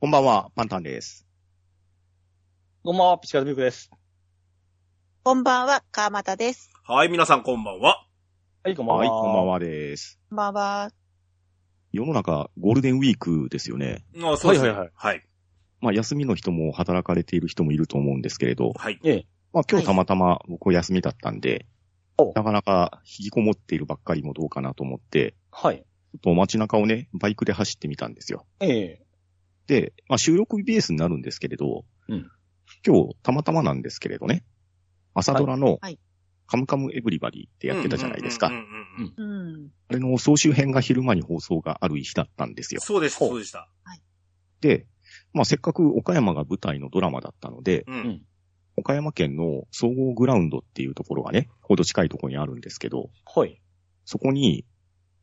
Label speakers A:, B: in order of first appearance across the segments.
A: こんばんは、パンタンです。
B: こんばんは、ピチカルミルクです。
C: こんばんは、川又です。
D: はい、皆さんこんばんは。
B: はい、こんばんは。
A: はい、こんばん
B: は。
A: はです。
C: こんばんは。
A: 世の中、ゴールデンウィークですよね。
D: あそうですね
B: はいはいはい。
D: はい。
A: まあ、休みの人も働かれている人もいると思うんですけれど、
D: はい。
B: ええ。
A: まあ、今
C: はい
A: 日たまたま僕お休みだったんで、
B: お
A: なかなか引きこもっているばっかりもどうかなと思って、
B: はい。
A: ちょっと街中をね、バイクで走ってみたんですよ。
B: ええ。
A: で、まあ、収録日ベースになるんですけれど、
B: うん
A: 今日たまたまなんですけれどね、朝ドラの
C: はい、
A: カムカムエブリバディってやってたじゃないですか。
D: うんうんうんうん
C: うん。
A: あれの総集編が昼間に放送がある日だったんですよ。
D: そうでした、
B: ほう
D: そうでした。
A: で、まあ、せっかく岡山が舞台のドラマだったので、
D: う。
B: うんん。
A: 岡山県の総合グラウンドっていうところがね、ほど近いところにあるんですけど、
B: はい。
A: そこに、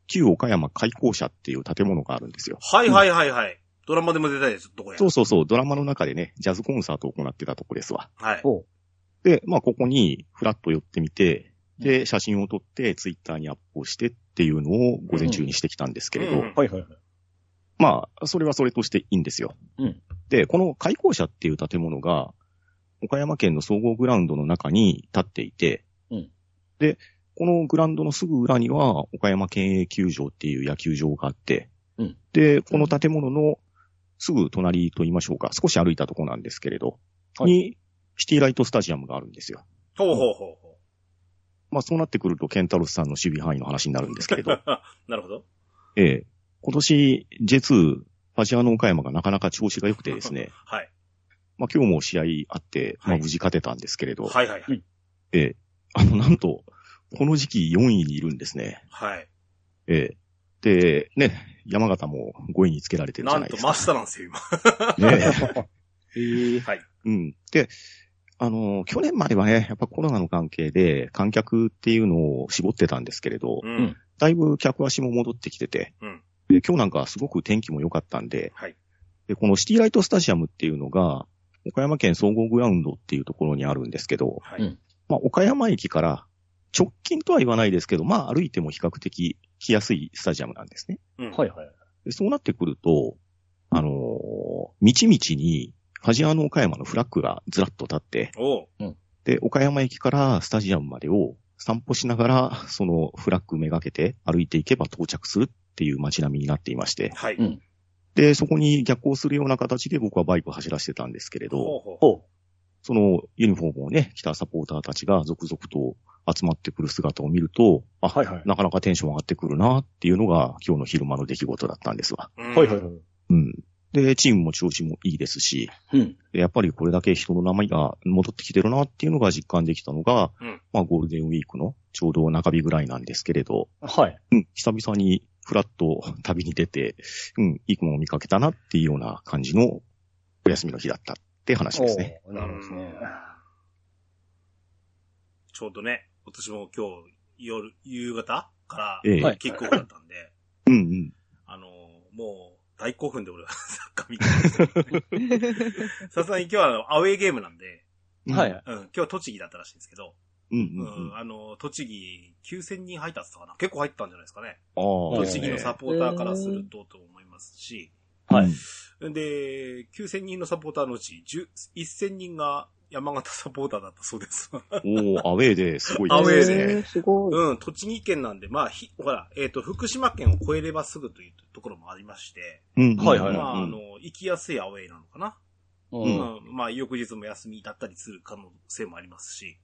A: 旧岡山開校舎っていう建物があるんですよ。
D: はいはいはいはい。ドラマでも出たいです、どこや
A: そ。うそうそう、ドラマの中でね、ジャズコンサートを行ってたとこですわ。
D: はい。
B: おう。
A: で、まあ、ここに、フラッと寄ってみて、で、写真を撮って、ツイッターにアップをしてっていうのを午前中にしてきたんですけれど、
D: うんうん
B: はいはいはい。
A: まあ、それはそれとしていいんですよ。
B: うん
A: で、この開校舎っていう建物が、岡山県の総合グラウンドの中に立っていて、
B: うん
A: で、このグラウンドのすぐ裏には、岡山県営球場っていう野球場があって、
B: うん
A: で、この建物のすぐ隣と言いましょうか、少し歩いたとこなんですけれど、
B: はい
A: に、シティライトスタジアムがあるんですよ。
D: ほうほうほうほ
A: まあそうなってくると、ケンタロスさんの守備範囲の話になるんですけれ ど、
D: う。なるほど。
A: ええ今年 J2、ファジアの岡山がなかなか調子が良くてですね、
D: はい。
A: まあ今日も試合あって、ま
D: は
A: あ
D: い
A: 無事勝てたんですけれど、
D: はいはいはい。
A: ええあの、なんと、この時期4位にいるんですね。
D: はい。
A: ええで、ね、山形も5位につけられてるじ
D: な
A: ゃなんい
D: と
A: ですか。
D: 真下なんですよ、今。
A: ね
B: ええ。
D: はい。
A: えうん。で、あの、去年まではね、やっぱコロナの関係で観客っていうのを絞ってたんですけれど、
D: うんん。
A: だいぶ客足も戻ってきてて、
D: うん
A: で今日なんかすごく天気も良かったんで、
D: はい
A: で、このシティライトスタジアムっていうのが、岡山県総合グラウンドっていうところにあるんですけど、
D: は
B: うん
D: い。
A: まあ、岡山駅から直近とは言わないですけど、まあ、歩いても比較的来やすいスタジアムなんですね。
D: うん
B: はいはい。
A: でそうなってくると、あのー道々に、ファジアーノ岡山のフラッグがずらっと立って、
D: おう。
A: で、岡山駅からスタジアムまでを散歩しながら、そのフラッグめがけて歩いていけば到着するっていう街並みになっていまして、
D: は
B: うん
D: い。
A: で、そこに逆行するような形で僕はバイクを走らせてたんですけれど、
D: ほうほう。
B: おう。
A: そのユニフォームをね、着たサポーターたちが続々と集まってくる姿を見ると、あ、
B: はいはい
A: なかなかテンション上がってくるなっていうのが今日の昼間の出来事だったんですわ。
D: うん
B: はいはいはい。
A: うん。で、チームも調子もいいですし、
B: うん。
A: でやっぱりこれだけ人の名前が戻ってきてるなっていうのが実感できたのが、
D: うん
A: まあゴールデンウィークのちょうど中日ぐらいなんですけれど、
B: はい。
A: うん、久々にフラッと旅に出て、うん、いいものを見かけたなっていうような感じのお休みの日だったって話ですね。
B: おうなるほどですね。
D: ちょうどね、私も今日、夜、夕方か
A: ええ、
B: はい
D: ら、キックオフだったんで、
A: うんうん。
D: あの、もう、大興奮で俺は サッカー見てました。さすがに今日はあのアウェーゲームなんで、
B: はい。はい。
D: うん、今日は栃木だったらしいんですけど、
A: うん
D: う、
A: うんんうん。
D: あの、栃木9000人配達とかな結構入ったんじゃないですかね。
A: ああ
B: そう
D: 栃木のサポーターからするとと思いますし、
B: はい。
D: で、9000人のサポーターのうち、10 1000人が山形サポーターだったそ うです。
A: おー、アウェーですごい
D: アウェー
A: で
D: です
A: ね。
C: えすごい。
D: うん、栃木県なんで、まあ、ひ、ほら、えっ、と、福島県を越えればすぐというところもありまして、
A: うん
B: はいはい
D: まあ、
A: う
D: あ
A: ん
D: の、行きやすいアウェイなのかな。
B: う。
A: うん
D: うん、まあ、翌日も休みだったりする可能性もありますし、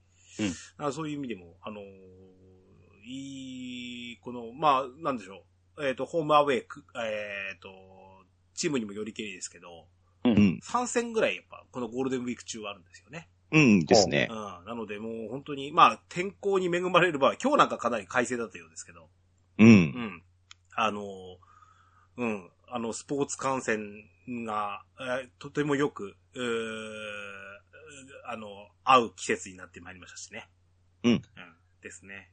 D: あそういう意味でも、あのーいい、この、まあ、なんでしょう、えっ、と、ホームアウェイく、えっ、と、チームにもよりけりですけど、
A: うん。
D: 3戦ぐらいやっぱ、このゴールデンウィーク中はあるんですよね。
A: うんですね
D: うん。。なのでもう本当に、まあ、天候に恵まれる場合、今日なんかかなり快晴だったようですけど、
A: う。
D: うんん。あのー、うん。あの、スポーツ観戦が、えーとてもよく、うーあの、合う季節になってまいりましたしね。
A: うん
D: うん。ですね。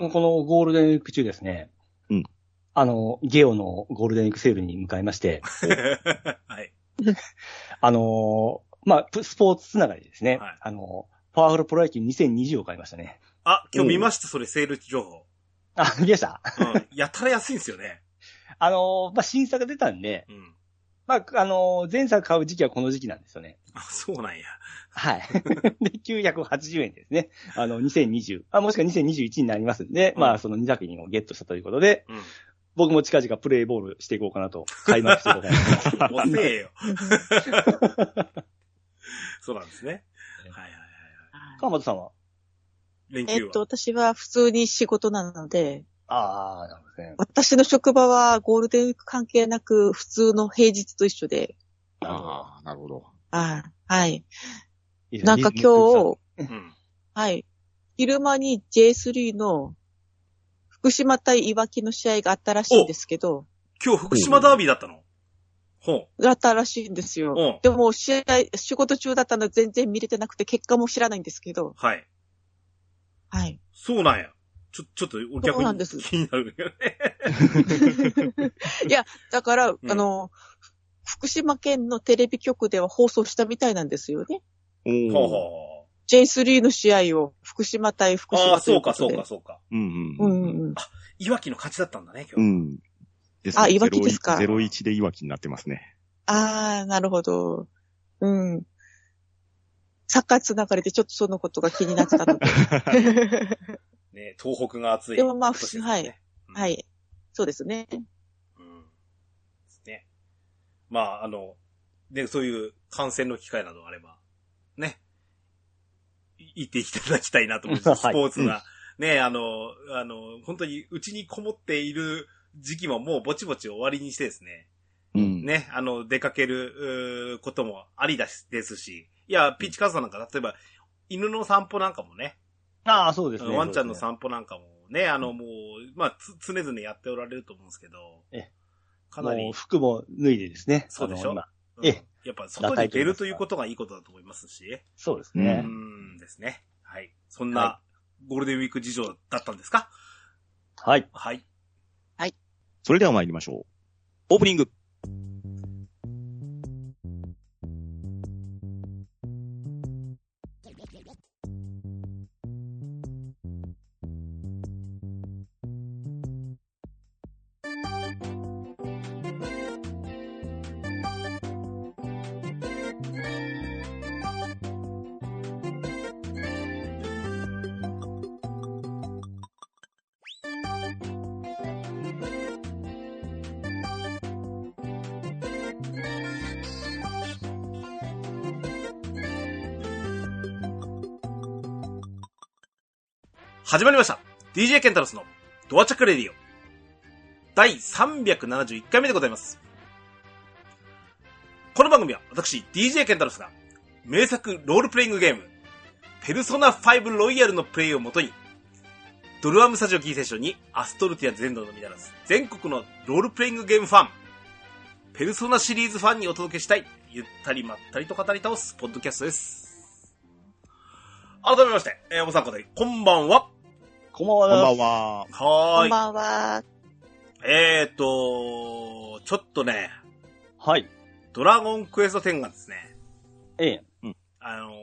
D: うん
B: このゴールデンウィーク中ですね。
A: うん。
B: あの、ゲオのゴールデンウィークセールに向かいまして、
D: はい。
B: あのー、まあ、プスポーツつながりですね
D: はい。
B: あの、パワフルプロ野球2020を買いましたね。
D: あ、今日見ました、それ、セール情報。
B: あ、見ました
D: うん。やたら安いんですよね。
B: あのー、まあ、新作出たんで、
D: うん。
B: まあ、あのー前作買う時期はこの時期なんですよね。
D: あ、そうなんや。
B: はい。 で、980円ですね。あの、2020、あ、もしくは2021になりますんで、
D: うん
B: まあ、その2作品をゲットしたということで、
D: うん。
B: 僕も近々プレイボールしていこうかなと、開幕していこうかなと。
D: 遅えよ。そうなんですね。はいはいはいは。
B: 川本さんはい
D: 連
C: え
D: 休
C: っ
D: は。
C: と、私は普通に仕事なので、
B: ああ、なるほどね。
C: 私の職場はゴールデンウィーク関係なく普通の平日と一緒で、
A: ああ、なるほど。
C: あーはい。
B: いいですね
C: なんか
B: リ
C: 今日、
D: うん。
C: はい。昼間に J3 の福島対いわきの試合があったらしいんですけど、
D: 今日福島ダービーだったのほ
C: だったらしいんです
D: う。
C: よ。
D: うん。
C: でも試合、仕事中だったので全然見れてなくて結果も知らないんですけど、
D: はい。
C: はい。
D: そうなんや。ちょ、ちょっとお
C: そ
D: 客
C: うなん
D: に
C: です
D: 気になるよね。
C: いや、だから、
D: ん
C: あの、福島県のテレビ局では放送したみたいなんですよね。
A: お
D: ほう
A: ー。
D: ほ
C: J3 の試合を福島対
D: う。
C: 福
D: あ
C: 島
D: あ、そ
C: といううこ
D: かそ
C: と
D: う
C: で。
D: かそうか。
A: うん
C: う
A: うんん。
C: うんうん。
D: いわきの勝ちだったんだね、
A: う
D: 今日。
A: ん。です
C: あいわきですか
A: 01でいわきになってますね。
C: ああ、なるほど。うん。サッカーつながりでちょっとそのことが気になってたので。
D: ね、東北が熱い。
C: でもまあ
D: 今年すね
C: はい
D: うん
C: は。い。そうですね。
D: うん。ですね。まあ、あの、ね、そういう感染の機会などあれば、ね、い行っていただきたいなと思います。
B: は
D: ス
B: い
D: ポーツが。ね、あの、あの、本当にうちにこもっている時期ももうぼちぼち終わりにしてですね、
A: うん。
D: ね、あの、出かける、うーこともありだし、ですし、いや、ピッチカーさんなんか、例えば、犬の散歩なんかもね、
B: ああ、そうですね。
D: ワンちゃんの
B: そう
D: 散歩なんかもね、あのもう、まあ、つ常々やっておられると思うんですけど
B: ええ、
D: か
B: です
D: な
B: ねも
D: り
B: う、服も脱いでですね。
D: そうでしょ
B: あの今
D: うん
B: ええ
D: やっぱ外に出るということがいいことだと思いますし、
B: そうです
D: う
A: う
B: ね。
D: んですね。はい。そ
B: は
D: んなゴールデンウィーク事情だったんですか
B: はい。
D: はい。
A: それでは参りましょう。オープニング。
D: 始まりました。DJ ケンタロスのドアチャックレディオ。第371回目でございます。この番組は私、DJ ケンタロスが名作ロールプレイングゲーム、ペルソナ5ロイヤルのプレイをもとに、ドルアムスタジオキーセッションにアストルティア全土のみならず、全国のロールプレイングゲームファン、ペルソナシリーズファンにお届けしたい、ゆったりまったりと語り倒すポッドキャストです。改めまして、えー、お三方、こんばんは。
B: こんばんは
A: こんばんは。
C: こ
D: はー
C: ん
D: い。
C: ばんは。
D: えーと、ちょっとね、
B: はい。
D: ドラゴンクエスト10がですね、
B: ええ。
D: あのー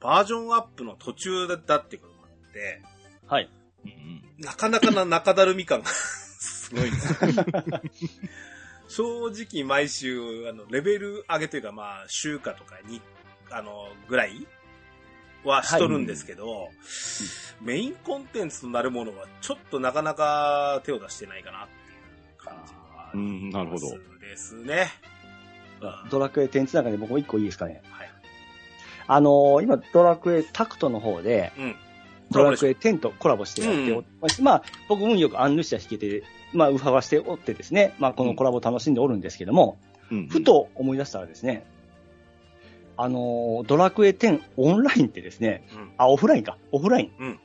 D: バージョンアップの途中だったっていうこともあって、
B: はい。
A: うん
D: なかなかな中だるみ感がすごいんですよ正直毎週、あの、レベル上げというか、まあ、週間とかに、あの、ぐらいはしとるんですけど、メインコンテンツとなるものは、ちょっとなかなか手を出してないかなっていう感じはあ
A: う
D: り
A: ん、なるほど。
D: ですね。
B: ドラクエ10つながりで僕も一個いいですかね。
D: はい。
B: あのー今、ドラクエタクトの方で、
D: うん。
B: ドラクエ10とコラボしてやっておりまして、まあ、僕運よくアンルシア弾けて、まあ、ウファはしておってですね、まあ、このコラボを楽しんでおるんですけども、
A: うん
B: ふ。と思い出したらですね、あのードラクエ10オンラインってですね、
D: うん。
B: あ、オフラインか、オフライン。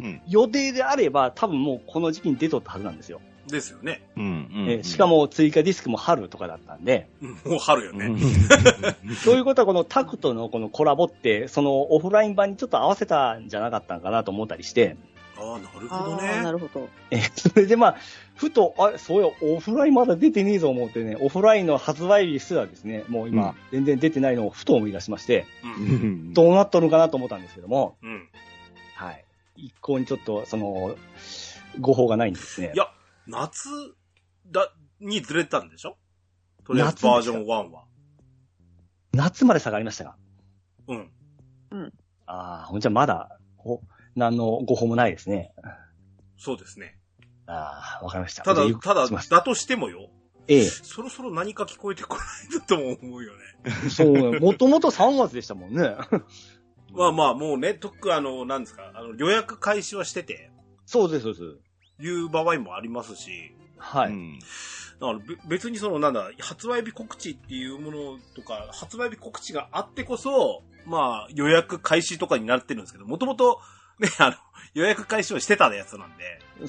A: うん。
B: 予定であれば、多分もうこの時期に出とったはずなんですよ。
D: ですよね。
A: うん。うん
B: えーしか、も追加ディスクも春とかだったんで、
D: うんもう春よ
A: うん
D: ね。
B: ということはこのタクトのこのコラボって、そのオフライン版にちょっと合わせたんじゃなかったんかなと思ったりして、
D: ああ、なるほど
C: あ
D: ね
C: あ、。なるほど。
B: えーそれでまあ、ふと、あれ、そういや、オフラインまだ出てねえぞ思ってね、オフラインの発売日すらですね、もう
A: うん
B: 今、全然出てないのをふと思い出しまして、
D: う。
A: うんん
B: どうなっとるかなと思ったんですけども、
D: うん。
B: はい。一向にちょっと、その、誤報がないんですね。
D: いや夏だ、にずれたんでしょとりあえずバージョン1は。
B: 夏まで下がりましたが。
D: うん。
B: ああ、ほんじゃまだ、お、何の誤報もないですね。
D: そうですね。
B: ああ、わかりました。
D: ただ
B: じゃあゆっ、く
D: た
B: り
D: だ、
B: します
D: だとしてもよ。
B: ええ。
D: そろそろ何か聞こえてこないなとも思う よね。
B: そう、もともと3月でしたもんね。
D: まあまあ、もうね、とっくあの、なんですか、あの、予約開始はしてて、
B: そうです、そうです。
D: いう場合もありますし、
B: はい。
A: うん
D: だからべ別にその、なんだ、発売日告知っていうものとか、発売日告知があってこそ、まあ、予約開始とかになってるんですけど、もともと、ね、あの、予約開始をしてたやつなん で、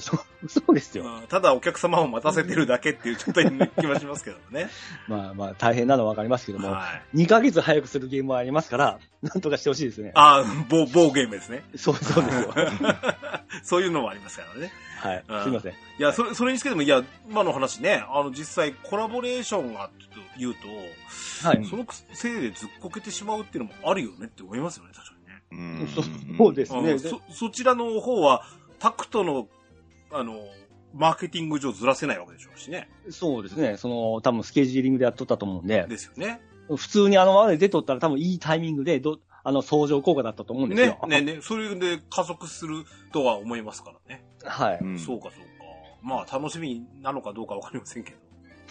B: そう、そうですよ。
D: うんただお客様を待たせてるだけっていうちょっと気はしますけども ね。
B: まあまあ、大変なのはわかりますけども、
D: はい。
B: 2ヶ月早くするゲームはありますから、 なんとかしてほしいですね。
D: ああ、某、某ゲームですね。
B: そう、そうですよ。
D: そういうのもありますからね。
B: はい
D: うん。
B: すいません。
D: いや、それ、それにつけても、いや、今の話ね、あの、実際コラボレーションが、と言うと、
B: はい。
D: そのせいでずっこけてしまうっていうのもあるよねって思いますよね、確かにね。
A: うん
B: そそうですね。
D: うん
B: で
D: そ、そちらの方は、タクトの、あの、マーケティング上ずらせないわけでしょうしね。
B: そうですね。その、多分スケジューリングでやっとったと思うんで、
D: ですよね。
B: 普通にあのままで出とったら多分いいタイミングで、ど、あの、相乗効果だったと思うんです
D: ね
B: よ。、
D: ね、ね、それで加速するとは思いますからね。
B: は
A: う
B: い。
A: ん
D: そうか、そうか。まあ、楽しみなのかどうかわかりませんけ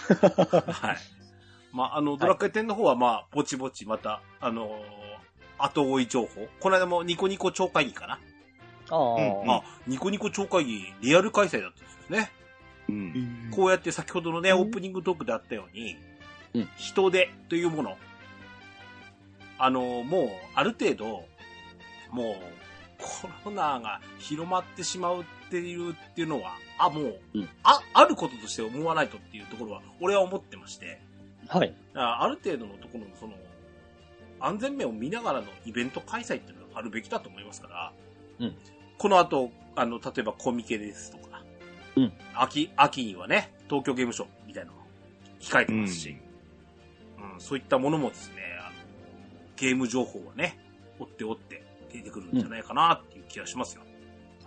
D: ど。はい。まあ、あの、ドラクエ10の方は、まあ、ぼちぼち、また、あのー後追い情報。この間もニコニコ超会議かな。
B: ああ、
A: うん
D: あ、ニコニコ超会議、リアル開催だったんですね。
A: うん。
D: こうやって先ほどのね、
C: うん
D: オープニングトークであったように、
B: うん
D: 人手というもの。あのーもう、ある程度、もう、コロナが広まってしまうっていう、っていうのは、あ、もう、
B: うん
D: あ、あることとして思わないとっていうところは、俺は思ってまして、
B: はい。
D: あある程度のところの、その、安全面を見ながらのイベント開催っていうのがあるべきだと思いますから、
B: うん
D: この後、あの、例えばコミケですとか、
B: うん
D: 秋、秋にはね、東京ゲームショウみたいなのを控えてますし、うんそういったものもですね、あの、ゲーム情報はね、追って追って出てくるんじゃないかなっていう気がしますよ。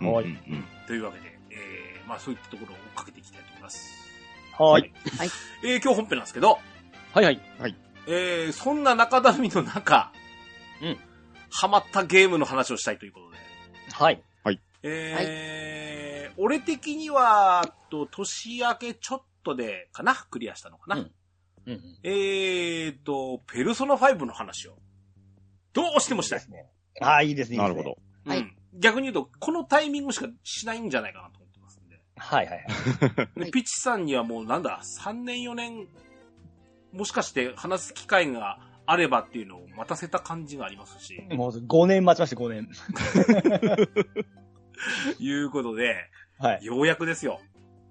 A: うん
B: はい
A: うんうん
D: というわけで、えー、まあそういったところを追っかけていきたいと思います。
B: はい。
C: はい。
D: えー、今日本編なんですけど、
B: はいはい。
D: えー、そんな中だみの中、
B: うん
D: ハマったゲームの話をしたいということで。
B: はい。
D: えー俺的には、と、年明けちょっとで、かなクリアしたのかな、
B: うんうんうん。
D: えーと、ペルソナ5の話を、どうしてもしたい
B: で。すね。ああ、いいですね。いい
A: な
B: です
A: る
B: ね
A: ほど。。
C: はい
D: うん逆に言うと、このタイミングしかしないんじゃないかなと思ってますんで。
B: はいはいはい。
D: で
C: はい
D: ピチさんにはもうなんだ、3年4年、もしかして話す機会があればっていうのを待たせた感じがありますし。
B: もう5年待ちました、5年。
D: いうことで、
B: はい。
D: ようやくですよ。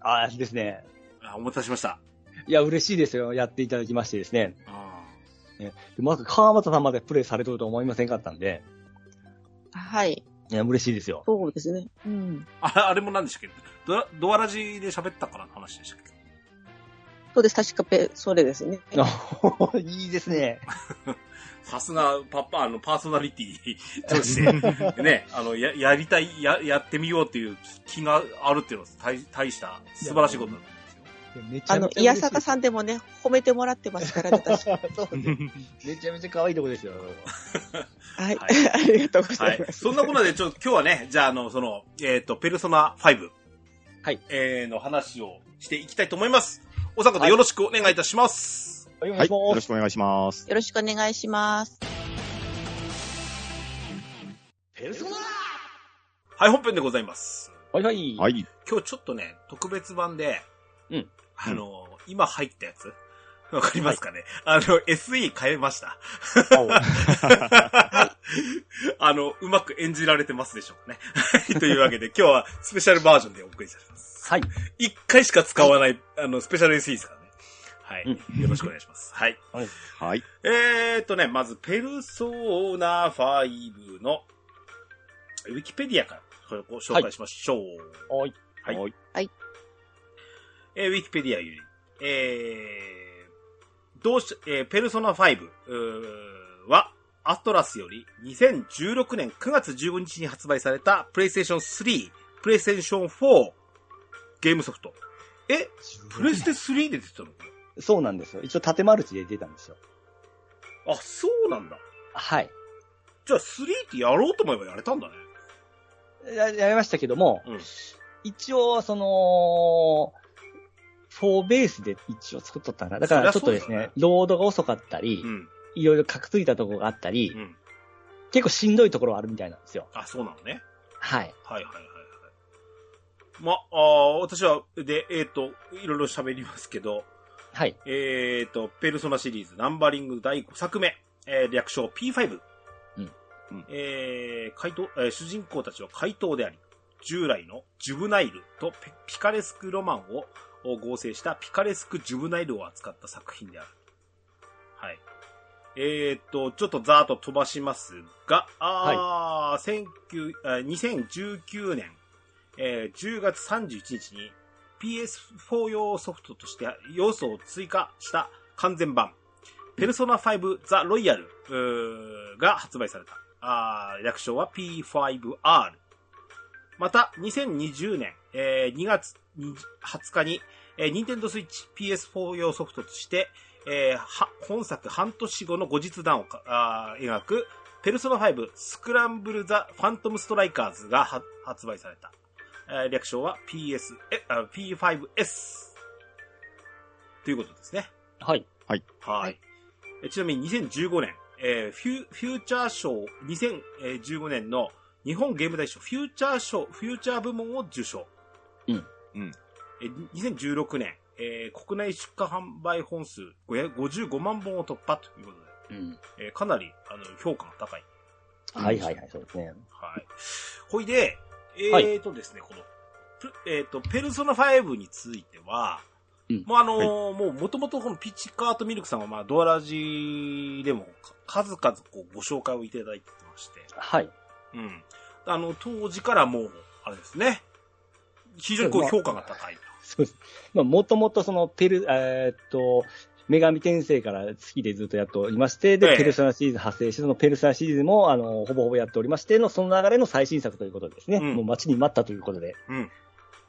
B: ああ、ですね。
D: あお待たせしました。
B: いや、嬉しいですよ。やっていただきましてですね。
D: あ
B: でまず川端さんまでプレイされとると思いませんかったんで、
C: はい。
B: いや、嬉しいですよ。
C: そうですね。うん。
D: ああれも何でしたっけドラドアラジで喋ったからの話でしたっけ
C: そうです。確かペ、それですね。
B: あ いいですね。
D: さすがパパあのパーソナリ ティとして、ね、あのややりたいや、やってみようっていう気があるっていうのは大大した素晴らしいことだと思うんですよ。
B: めちゃ
C: あ
B: め
C: の、
B: ちゃ
C: いやさかさ
B: ん。
C: んでもね、褒めてもらってますからね、確か。
B: そうね。めちゃめちゃ可愛いとこですよ。
C: はい。
D: は
C: ありがとうござ
D: はいい
C: ま。す。
D: そんなことで、ちょっと今日はね、じゃあ、あの、その、えっ、と、ペルソナ5。
B: はい。
D: えー、の話をしていきたいと思います。おさかとよろしくお願いいたします。
B: はい、お
A: は
B: 願い
A: い。
B: し
A: よ
B: ま
A: ろ
B: す。
A: しくお願いします。
C: よろしくお願いします。
B: ペルソナ
D: はい、本編でございます。
B: はいはい。。
A: はいい。
D: 今日ちょっとね、特別版で、
B: うん
D: あの、今入ったやつ。わかりますかね、あの、SE 変えま した。あの、うまく演じられてますでしょうかね。はいというわけで、今日はスペシャルバージョンでお送りいたします。
B: はい。
D: 一回しか使わない、あの、スペシャル SE ですからね。はい。よろしくお願いします。はい。
A: はい。
D: えーっとね、まず、ペルソーナ5の、ウィキペディアから、これをご紹介しましょう。
B: はい。
D: はい
A: はい。
D: えーウィキペディアより、えー、どうし、えーペルソナ5、うーは、アストラスより2016年9月15日に発売された PlayStation 3、PlayStation 4ゲームソフト。え、プレステ3で出てたの
B: そうなんですよ。一応縦マルチで出たんですよ。
D: あ、そうなんだ。
B: はい。
D: じゃあ3ってやろうと思えばやれたんだね。
B: ややりましたけども、
D: うん
B: 一応、その、4ベースで一応作っとったかな。だからちょっとです
D: そりゃそうだよ
B: ね
D: ね、
B: ロードが遅かったり、
D: うん。
B: いろいろカクついたところがあったり、
D: うん。
B: 結構しんどいところはあるみたいなんですよ。
D: あ、そうなのね。
B: はい。
D: はいはいはいはい。ま、あー私は、で、えっ、と、いろいろ喋りますけど、
B: はい。
D: えっ、と、ペルソナシリーズナンバリング第5作目、えー略称 P5。
B: うん
A: うん
D: えー怪盗えー主人公たちは怪盗であり、従来のジュブナイルとピピカレスクロマンをを合成したピカレスクジュブナイルを扱った作品である。はい。えっ、と、ちょっとざーっと飛ばしますが、あー、19あ2019年、えー10月31日に PS4 用ソフトとして要素を追加した完全版、ペルソナ5ザ・ロイヤルうーが発売された。あー略称は P5R。また、2020年、えー2月20日に、えー、Nintendo Switch PS4 用ソフトとして、えーは本作半年後の後日談をかあー描く、ペルソナ5スクランブル・ザ・ファントム・ストライカーズがは発売された。えー略称は PS、え、あ P5S。ということですね。
B: はい。
D: はい。
C: はい
D: えちなみに2015年、えーフューフューチャー賞2015年の日本ゲーム大賞フューチャー賞、フューチャー部門を受賞。
B: うん。
A: うん。
D: えー、2016年、えー国内出荷販売本数555万本を突破ということ
B: うん。
D: で、えーかなり、あの、評価が高い。
B: はいはいはい、そうですね。
D: はい。ほいで、
B: はい
D: えーとですね、この、プえーと、ペルソナ5については、
B: うん
D: もうあのーもう元々このピッチカートミルクさんは、まあ、ドアラジでもか数々こうご紹介をいただいてまして、
B: はい。
D: うん。あの、当時からもう、あれですね、非常にこう
B: そう
D: 評価が高い。
B: そうです。まあ、もともとその、ペル、えーっと、女神転生から好きでずっとやっておりまして、で、
D: ええ
B: ペルソナシリーズ発生して、そのペルソナシリーズも、あの、ほぼほぼやっておりましての、その流れの最新作ということでですね、
D: うん
B: もう待ちに待ったということで、
D: うん。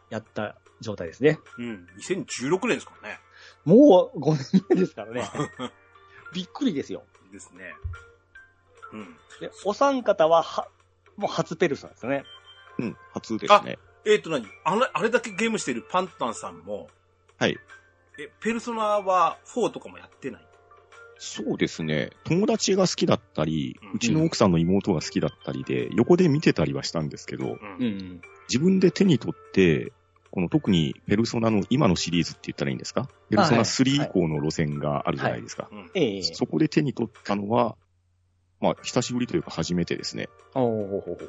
B: やった状態ですね。
D: うん。2016年ですからね。
B: もう5年目です からね。びっくりですよ。
D: ですね。うん。
B: で、お三方は、は、もう初ペルソナですよね。
A: うん、初ですね。
D: えーと何あれ、あれだけゲームしてるパンタンさんも、
A: はい。
D: え、ペルソナは4とかもやってない
A: そうですね。友達が好きだったり
D: うん、
A: うちの奥さんの妹が好きだったりで、横で見てたりはしたんですけど、
D: うん。
B: ん。
A: 自分で手に取って、この特にペルソナの今のシリーズって言ったらいいんですかペルソナ3以降の路線があるじゃないですか。
D: うん。
B: ええ
A: そこで手に取ったのは、まあ、久しぶりというか初めてですね。
B: おおほほほ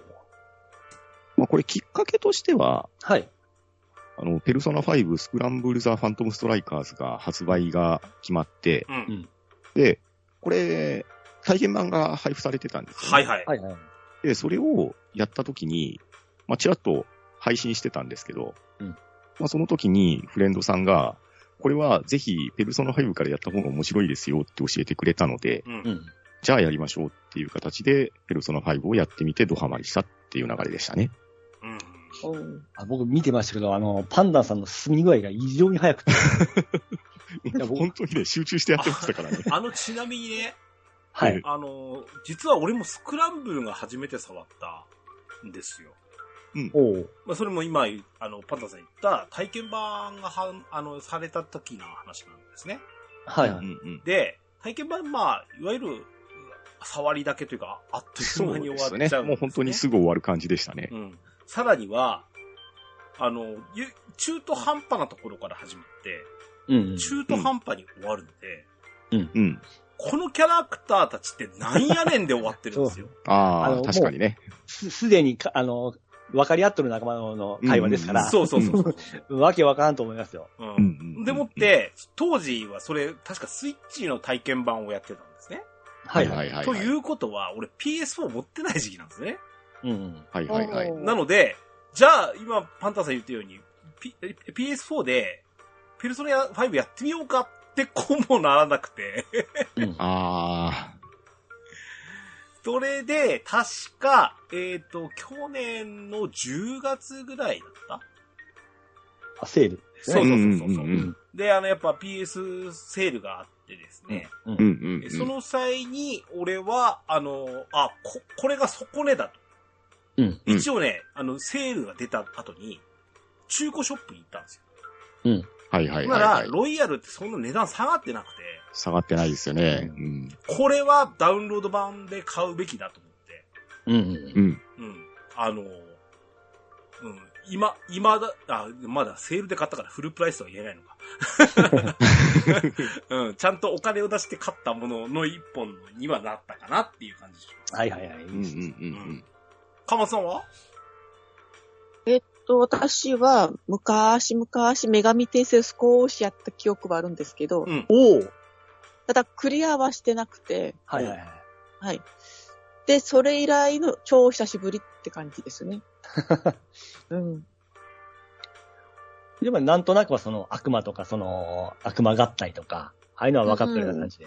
A: まあ、これきっかけとしては、
B: はい。
A: あの、ペルソナ5スクランブルザ・ファントム・ストライカーズが発売が決まって、
D: うん
B: うん
A: で、これ、体験版が配布されてたんですよね、
D: はいはい。
B: はいはい。
A: で、それをやった時に、まあ、ちらっと配信してたんですけど、
B: うん
A: まあ、その時にフレンドさんが、これはぜひ、ペルソナ5からやった方が面白いですよって教えてくれたので、
D: うん。
B: うん。
A: じゃあやりましょうっていう形で、ペルソナ5をやってみてドハマりしたっていう流れでしたね。
D: うん
C: おー
B: あ僕見てましたけど、あの、パンダさんの進み具合が異常に早くて。や僕
A: 本当にね、集中してやってましたからね。
D: あの、ちなみにね、
B: はい。
A: え
D: あの、実は俺もスクランブルが初めて触ったんですよ。
B: おお。
D: まあ、それも今、あの、パンダさん言った体験版がは、あの、された時の話なんですね。
B: はいは
A: う
B: い。
A: んうん
D: で、体験版、まあ、いわゆる、触りだけというか、あっという
A: そう
D: 間に
A: で
D: 終わっちゃ
A: す
D: うん
A: ね
D: です、ね。
A: もう本当にすぐ終わる感じでしたね。
D: うん。さらには、あの、ゆ中途半端なところから始まって、
B: うん
D: 中途半端に終わるので、
A: うん。
D: このキャラクターたちってなんやねんで終わってるん ですよ。
B: あ
A: あ
B: の
A: あ、確かにね。
B: すすでにか、あの、分かり合っとる仲間のの会話ですから、
D: そうそうそ うそう。
B: わけわからんと思いますよ。
D: う
A: うん
D: ん
A: うんうん
D: でもって、当時はそれ、確かスイッチの体験版をやってたんですね。
B: はい
A: はい
B: はい。
A: はいはい。
D: ということは、俺 PS4 持ってない時期なんですね。
B: うん。
A: はいはいはい。
C: おー
D: なので、じゃあ、今、パンタさん言ったように、P、PS4 で、ペルソナ5やってみようかってこうもならなくて。
B: うん
A: ああ、
D: それで、確か、えっ、と、去年の10月ぐらいだった
B: あ、セール。
D: そうそうそうそ
A: うん
D: う。
A: うんうんうん
D: で、あの、やっぱ PS セールがあってですね、
B: うん
A: うんうん、う
D: で
A: ん。
D: その際に、俺は、あの、あ、こ、これが底値だと。
B: うん
A: うん
D: 一応ね、あの、セールが出た後に、中古ショップに行ったんですよ。
A: はいはい
D: な
A: はい、
D: ら、
A: はい。
D: ロイヤルってそんな値段下がってなくて、
A: 下がってないですよね。うん。
D: これはダウンロード版で買うべきだと思って、
B: うんうん
A: うん。
D: うん。あの、うん。今、今だ、あ、まだセールで買ったからフルプライスとは言えないのか。うん。ちゃんとお金を出して買ったものの一本にはなったかなっていう感じでしょ。
B: はいはいはい。
A: うんうんうん
D: かまさんは
C: と、私は、昔昔、女神転生少しやった記憶はあるんですけど、
D: うん。
B: おお
C: ただクリアはしてなくて、
B: はいはいはい。
C: はい。で、それ以来の超久しぶりって感じで すね。うん。
B: でもなんとなくはその悪魔とかその悪魔合体とか、ああいうのは分かったような感じで。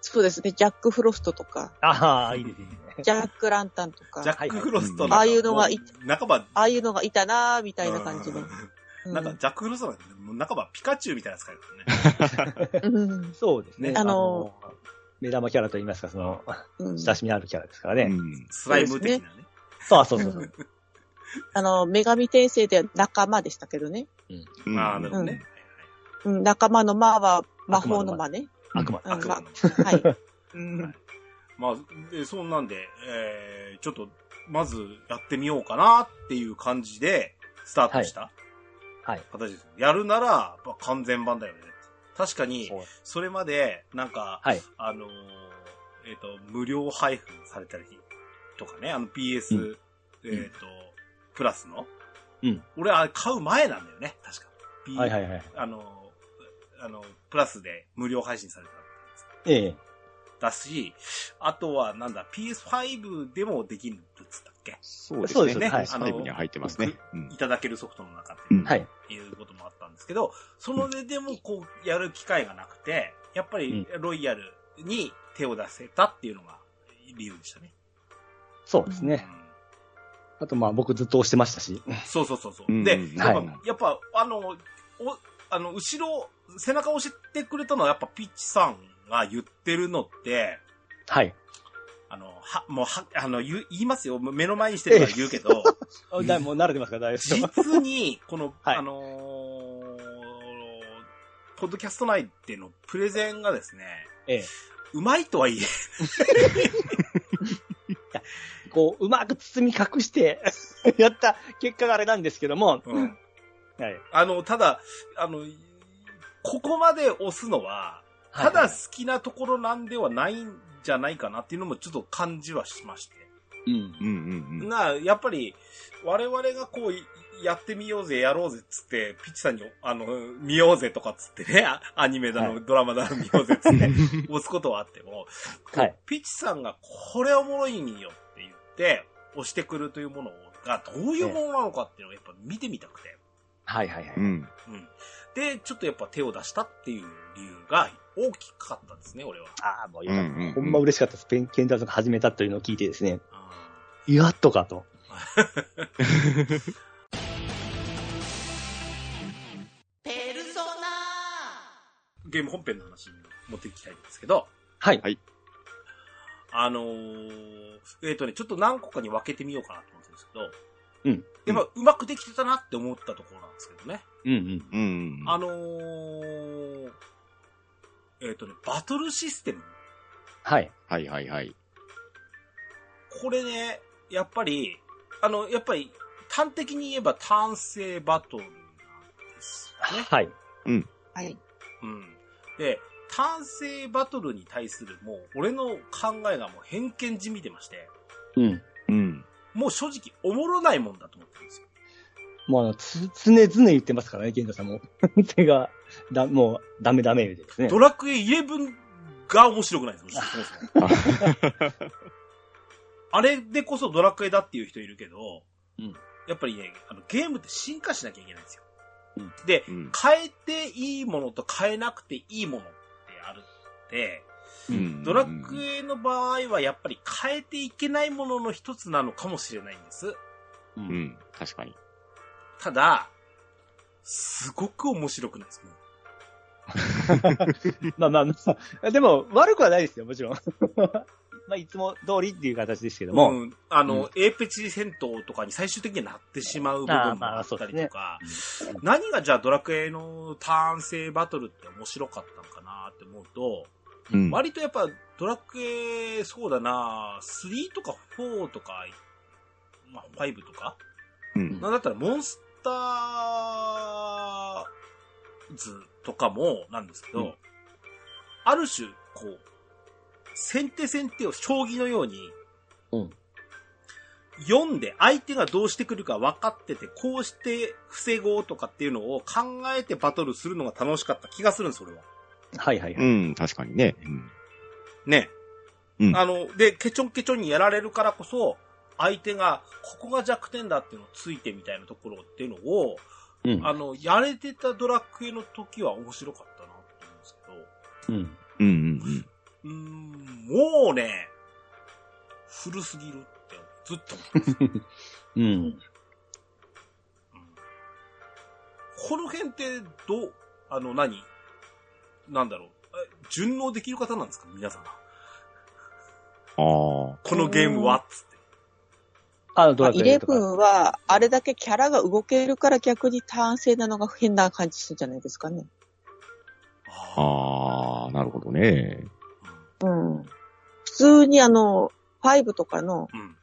C: そうですね。ジャック・フロスト とか、
B: ああ、いいですね。
C: ジャック・ランタンと
D: ジャ
C: か、
D: ック・フロスト
C: ああいうのがい
D: 半ば、
C: ああいうのがいたなーみたいな感じで。
D: うんなんか、ジャック・フロストなんて、半ばピカチュウみたいな使い方ね。
C: うん。
B: そうですね。
D: ね
C: あ
B: あ
C: の
B: の目玉キャラといいますか、その、
C: うん。
B: 親しみのあるキャラですから
A: う
B: ね。
A: ん。
D: スライム的なね。
B: そうそうそう
C: う。
B: そうん
C: あの、女神転生では仲間でしたけどね。
A: うん。
D: ああ、なるほどね。
C: うん、仲間の間は魔法の間ね。
B: 悪魔。
C: うん
D: 悪魔の
C: はい。
D: まあ、で、そんなんで、えー、ちょっと、まずやってみようかなっていう感じで、スタートした
B: はい。
D: 形です。やるなら、やっぱ完全版だよね。確かに
B: そ、う
D: それまで、なんか、
B: はい。
D: あのーえっ、と、無料配布されたりとかね、あの PS、
B: う
D: えっ、と、プラスの。
B: うん。
D: 俺、あれ買う前なんだよね、確か。P
B: はいはいはい。
D: あのーあの、プラスで無料配信されたやつ。
B: ええ。
D: だし、あとはなんだ、PS5 でもできるっつったっけ
A: そうですね。
B: そうですねはい
A: スライムには入ってますね。うん
D: いただけるソフトの中で、
A: うん
B: はい。
D: いうこともあったんですけど、そのででもこう、やる機会がなくて、やっぱりロイヤルに手を出せたっていうのが理由でしたね。
B: そうですね。あとまあ僕ずっと押してましたし。
D: うんそうそうそうそう。
A: うん
D: で、
A: うん
D: やっぱ、
A: はい
D: やっぱあの、おあの、後ろ、背中を押してくれたのはやっぱピッチさんが言ってるのって、
B: はい。
D: あの、は、もう、は、あの、言う言いますよ。目の前にしてるから言う けど、
B: あだもう慣れてますから大丈夫。
D: 実に、この、
B: はい
D: あのーポッドキャスト内でのプレゼンがですね、
B: ええ。
D: うまいとはいえ、
B: こう、うまく包み隠して、 やった結果があれなんですけども。
D: うん
B: はい。
D: あの、ただ、あの、ここまで押すのは、ただ好きなところなんではないんじゃないかなっていうのもちょっと感じはしまして。
B: うん。
A: うんうんうん。。
D: なあ、やっぱり、我々がこうい、やってみようぜ、やろうぜっつって、ピッチさんに、あの、見ようぜとかっつってね、あアニメだの、
B: はい
D: ドラマだの見ようぜっつって、 押すことはあっても、
B: はい
D: ピッチさんがこれおもろいんよって言って、押してくるというものが、どういうものなのかっていうのをやっぱ見てみたくて。
B: はいはいはいう
A: ん。
D: うん。で、ちょっとやっぱ手を出したっていう理由が大きかったんですね、俺は。
B: ああ、もうよ
A: うん
B: か
A: う
B: っ
A: んうん
B: た。ほんま嬉しかったです。ペン、ケンタさんが始めたというのを聞いてですね。
D: うん
B: やっとかと。
C: ペルソ
D: ゲーム本編の話に持っていきたいんですけど、
B: はい。
D: あのー、えっ、とね、ちょっと何個かに分けてみようかなと思ってるんですけど、やっぱうまくできてたなって思ったところなんですけどね。
B: うんうん。
A: うんうん。
D: あのー、えっ、とね、バトルシステム。
B: はい。
A: はいはいはい。
D: これね、やっぱり、あの、やっぱり、端的に言えば単性バトルなんですよね。
B: はい。
C: ナはい。
D: うん。で、単性バトルに対するもう、俺の考えがもう偏見じみてまして、
B: うん。
A: うん。
D: もう正直おもろないもんだと思ってるんですよ。
B: もうあの、つ、常々言ってますからね、ケンタさんも。 手が、だ、もう、ダメダメ言うてですね
D: ド。ラクエ11が面白くないんですよ、そもそも。 あれでこそドラクエだっていう人いるけど、
B: うん
D: やっぱりねあの、ゲームって進化しなきゃいけないんですよ。
B: うん
D: で、
A: うん。
D: 変えていいものと変えなくていいものってあるって、
A: うん
D: ドラクエの場合はやっぱり変えていけないものの一つなのかもしれないんです。
B: う。
A: うんん。確かに。
D: ただ、すごく面白くないですもう
B: まあまあまあ、 でも悪くはないですよ、もちろん。 まあ、いつも通りっていう形ですけども。
D: うん、あの、エーペチ戦闘とかに最終的にはなってしまう部分もあったりとか、何がじゃあドラクエのターン制バトルって面白かったのかなって思うと、
A: うん。
D: 割とやっぱドラクエ、そうだな3とか4とか、まあ、5とか、
A: うん。
D: なんだったらモンスターズとかもなんですけど、
A: うん
D: ある種、こう、先手先手を将棋のように、
B: うん
D: 読んで相手がどうしてくるか分かってて、こうして防ごうとかっていうのを考えてバトルするのが楽しかった気がするんです、俺は。
B: はいはいは
A: う
B: い。
A: ん、確かにね。うん
D: ね。
A: うん
D: あの、で、ケチョンケチョンにやられるからこそ、相手が、ここが弱点だっていうのをついてみたいなところっていうのを、
B: うん
D: あの、やれてたドラクエの時は面白かったなって思うんですけど、
B: う
A: う
B: ん。
A: んうん
D: うーん、もうね、古すぎるってずっと 思ってます。
B: うん。
D: うんこの辺って、どう、あの、何なんだろう。え順応できる方なんですか皆さん。
A: うん。ああ。
D: このゲームはっつって。
B: あの、ドラク
C: イ
B: エ
C: レ
B: と
C: ブ
B: か。
C: ンは、あれだけキャラが動けるから逆にターン制なのが変な感じするんじゃないですかね。
A: ああ、なるほどね。
C: うん。普通にあの、5とかの
D: うん。うん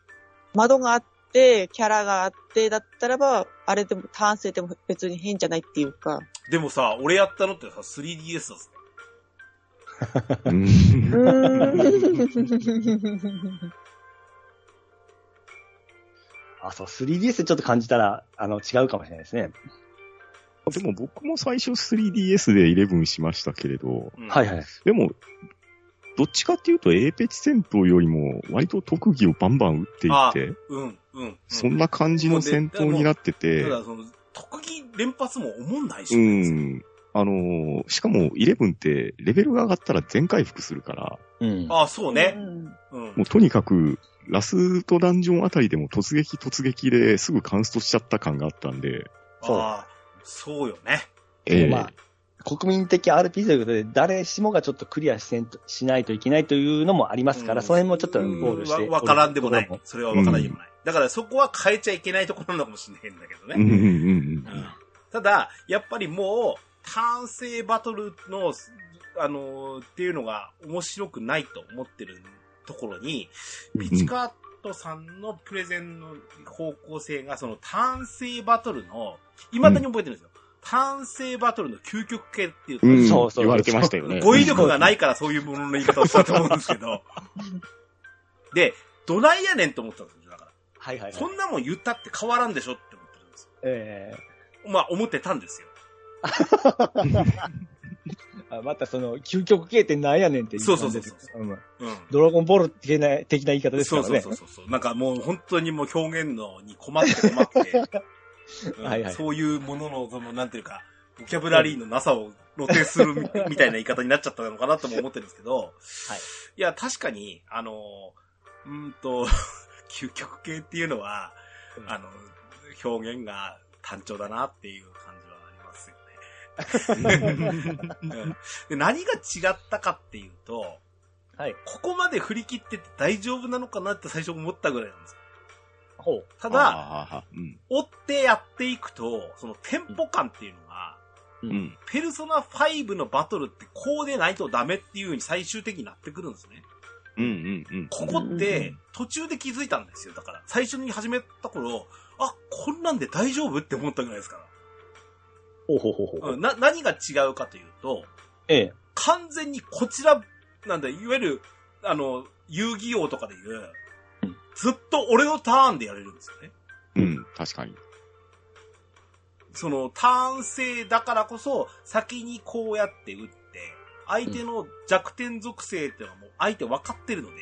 C: 窓があって、キャラがあってだったらば、あれでも、ターン制でも別に変じゃないっていうか。
D: でもさ、俺やったのってさ、3DS だぜ。
A: うん
C: うーん。
B: あ、そう、3DS でちょっと感じたら、あの、違うかもしれないですね。
A: でも僕も最初 3DS で11しましたけれど、
D: うん
B: はいはい。
A: でも、どっちかっていうと、エーペチ戦闘よりも、割と特技をバンバン打っていって、
D: うん、うん。
A: そ
D: うん
A: な感じの戦闘になってて
D: た、だ、その、特技連発も思んないし。
A: う
D: うん
A: ん。あのーしかも、11って、レベルが上がったら全回復するから、
B: うん。
D: ああ、そうね。
C: う
D: うん
A: もう。とにかく、ラストダンジョンあたりでも突撃突撃ですぐカンストしちゃった感があったんで、
B: そう
D: ああそうよね。
A: ええ
B: まあ、国民的 RPG ということで、誰しもがちょっとクリアせんとしないといけないというのもありますから、
D: うん
B: その辺もちょっと考
A: うん
B: 慮して。
D: わわからんでもない
B: これ。
D: それはわからんでもない。だからそこは変えちゃいけないところなのかもしれないんだけど
A: うん
D: ね。
A: うんうん
D: うんただ、やっぱりもう、単性バトルの、あのーっていうのが面白くないと思ってるところに、
A: うん。
D: ピチカットさんのプレゼンの方向性が、その単性バトルの、未だに覚えてるんですよ。単性バトルの究極系っていうとこ
A: う
D: ろ
A: ん、
B: そうそう
A: 言われてましたよね。
D: 語彙力がないからそういうものの言い方をしたと思うんですけ ど。で、どないやねんと思ってたんですよ、だから。
B: はいはいはい。
D: そんなもん言ったって変わらんでしょって思ってるんです
B: え
D: よ。まあ、思ってたんですよ。
B: えあまたその、究極系ってなんやねんっていう
D: そうそうそうそう
B: う、ん。
D: うん。
B: ドラゴンボール的な的な言い方ですか
D: そう
B: らね。
D: そうそうそう。なんかもう本当にもう表現のに困って 困って、うん
B: はいはい
D: そういうものの、その、なんていうか、ボキャブラリーのなさを露呈 するみみたいな言い方になっちゃったのかなとも思ってるんですけど、い、や、確かに、あの、うーんと、 究極系っていうのは、
B: うん
D: あの、表現が単調だなっていう感じはありますよね。うんで何が違ったかっていうと、
B: はい。
D: ここまで振り切ってて大丈夫なのかなって最初思ったぐらいなんですよ。
B: ほう。
D: ただ、
A: だ、うん。
D: 追ってやっていくと、そのテンポ感っていうのが、
A: うん。
D: ペルソナ5のバトルってこうでないとダメっていう風に最終的になってくるんですね。
A: うんうんうん。
D: ここっ
C: うんうんう
D: て
C: ん
D: 途中で気づいたんですよ。だから、最初に始めた頃、あ、こんなんで大丈夫って思ったぐらいですか
B: ほうほうほうほ
D: ら。
B: う。
D: うん、な、何が違うかというと、
B: ええ。
D: 完全にこちら、なんだ、いわゆる、あの、遊戯王とかでいう
B: うん、
D: ずっと俺のターンでやれるんですよね。
A: うん、確かに。
D: その、ターン制だからこそ、先にこうやって打って、相手の弱点属性っていうのはもう相手分かってるので、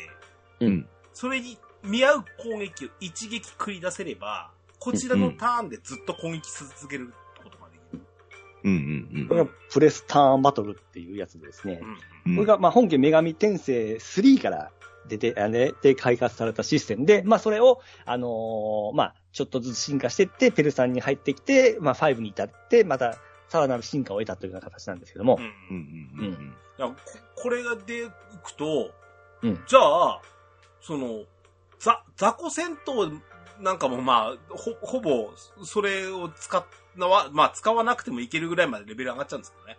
A: うん。
D: それに見合う攻撃を一撃繰り出せれば、こちらのターンでずっと攻撃し続けることができる。
A: うん
B: こ
A: うん
B: れがプレスターンバトルっていうやつですね。
D: う
A: う
D: ん
A: ん。
B: これが、まあ、本家女神転生3から出て、あね、で、開発されたシステムで、まあ、それを、あのーまあ、ちょっとずつ進化していって、ペルさんに入ってきて、まあ、5に至って、また、さらなる進化を得たというような形なんですけども
D: う、ん。
A: うんうん
D: い
A: うんう。
B: うん
D: やここれが出てくと、
B: うん
D: じゃあ、その、ザ、雑魚戦闘なんかもまあ、ほ、ほぼ、それを使っのは、まあ、使わなくてもいけるぐらいまでレベル上がっちゃうんですけどね。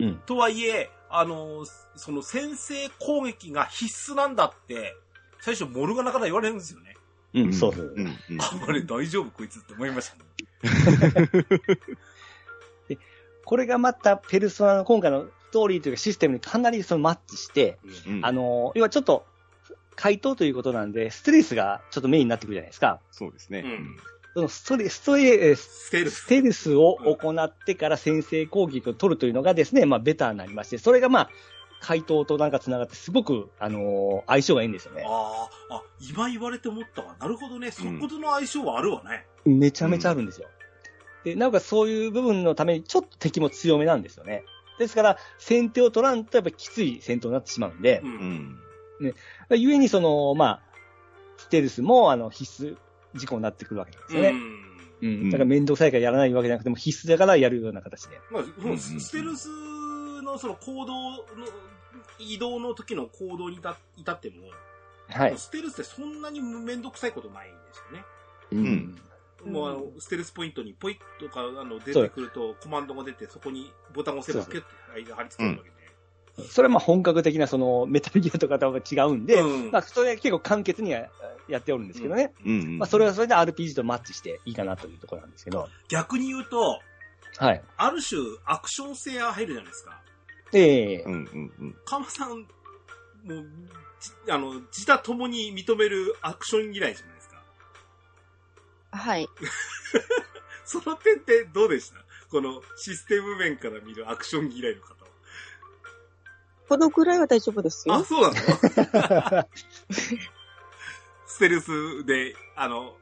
B: うん
D: とはいえ、あの、その先制攻撃が必須なんだって、最初モルガナから言われるんですよね。
B: うん
A: うん
B: そうそう
A: うんうん。
D: あ、あれ大丈夫こいつって思いましたね。
B: これがまた、ペルソナの今回のストーリーというかシステムにかなりそのマッチして、
A: うん
B: あの、要はちょっと、回答ということなんで、ストレスがちょっとメインになってくるじゃないですか。
A: そうですね。
D: うん
B: そのストレス、ストレス、
D: ステル
B: ス
D: ス。
B: テルスを行ってから先制攻撃を取るというのがですね、まあ、ベターになりまして、それがまあ、回答となんか繋がって、すごく、あのー相性がいいんですよね。
D: ああ、あ、今言われて思ったわ。なるほどね。そことの相性はあるわね。
B: めちゃめちゃあるんですよ。で、なおかつそういう部分のために、ちょっと敵も強めなんですよね。ですから、先手を取らんと、やっぱりきつい戦闘になってしまうんで
D: う、ん。
A: うん。うん。
B: ゆえに、その、まあ、ステルスも、あの、必須事項になってくるわけなんですよ
D: う
B: ね。
D: ん
B: うん。
A: うん
B: だから、面倒くさいからやらないわけじゃなくても、必須だからやるような形で。
D: まあ、その
A: うん
D: ステルスのその行動の、移動の時の行動に至至っても、
B: はい。
D: ステルスってそんなにめんどくさいことないんですよね。
B: うん
D: もうあの、ステルスポイントにポイッとか、あの、出てくると、コマンドが出て、そこにボタンを押せば
B: そう
D: ピュッて間貼り付けるわけ
B: それはまあ本格的なそのメタルギアとかとは違うんで、
D: で。うん
B: まあ、それは結構簡潔にはやっておるんですけどね、
A: うんうん。
B: まあ、それはそれで RPG とマッチしていいかなというところなんですけど、
D: 逆に言うと、
B: はい。
D: ある種、アクション性が入るじゃないですか。
B: ええ
A: うんうんうん。
D: カマさん、もう、じあの、自他ともに認めるアクション嫌いじゃないですか。
C: はい。
D: その点ってどうでしたこのシステム面から見るアクション嫌いの方は
C: このぐらいは大丈夫です
D: あ、
C: よ。
D: そうなのステルスで、あの、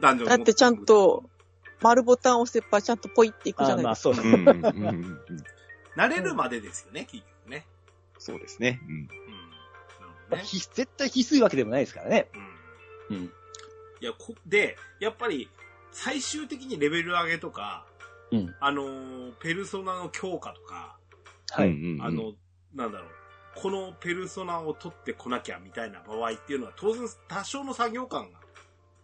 D: ダンジョン
C: だってちゃん。と、丸ボタンを押せばちゃんとポイっていくじゃ
B: あ
C: ない
B: まあ
C: です
B: そうで
A: う
B: す
A: ん
B: ね。
A: うんうんうんうん。
D: 慣れるまでですよね、結局ね。
A: そうですね。
D: うん。なるほど
B: まあ
D: ね。
B: ひ絶対必須いわけでもないですからね。
D: うん。
B: うん。
D: いや、こ、で、やっぱり、最終的にレベル上げとか、
B: うん。
D: あのーペルソナの強化とか、
A: うん。
B: はい。
A: うんうんうん
D: あ、の、なんだろう、このペルソナを取ってこなきゃみたいな場合っていうのは、当然多少の作業感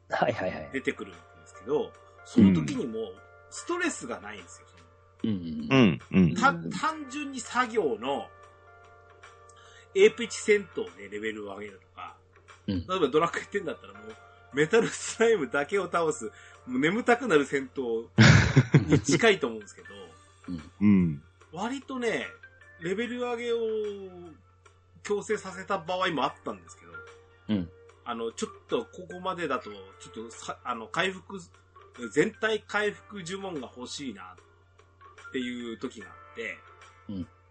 D: が
B: はいはいはい。
D: 出てくるんですけど、その時にもうストレスがないんですよ。
B: うん
A: う。んうん。
D: た
C: うん
D: 単純に作業の、エープ1戦闘でレベルを上げるとか、
B: うん
D: 例えばドラクエ10だったらもう、メタルスライムだけを倒す、もう眠たくなる戦闘に近いと思うんですけど、
A: うん。
D: 割とね、レベル上げを強制させた場合もあったんですけど、
B: うん
D: あの、ちょっとここまでだと、ちょっとさ、あの、回復、全体回復呪文が欲しいなっていう時があって、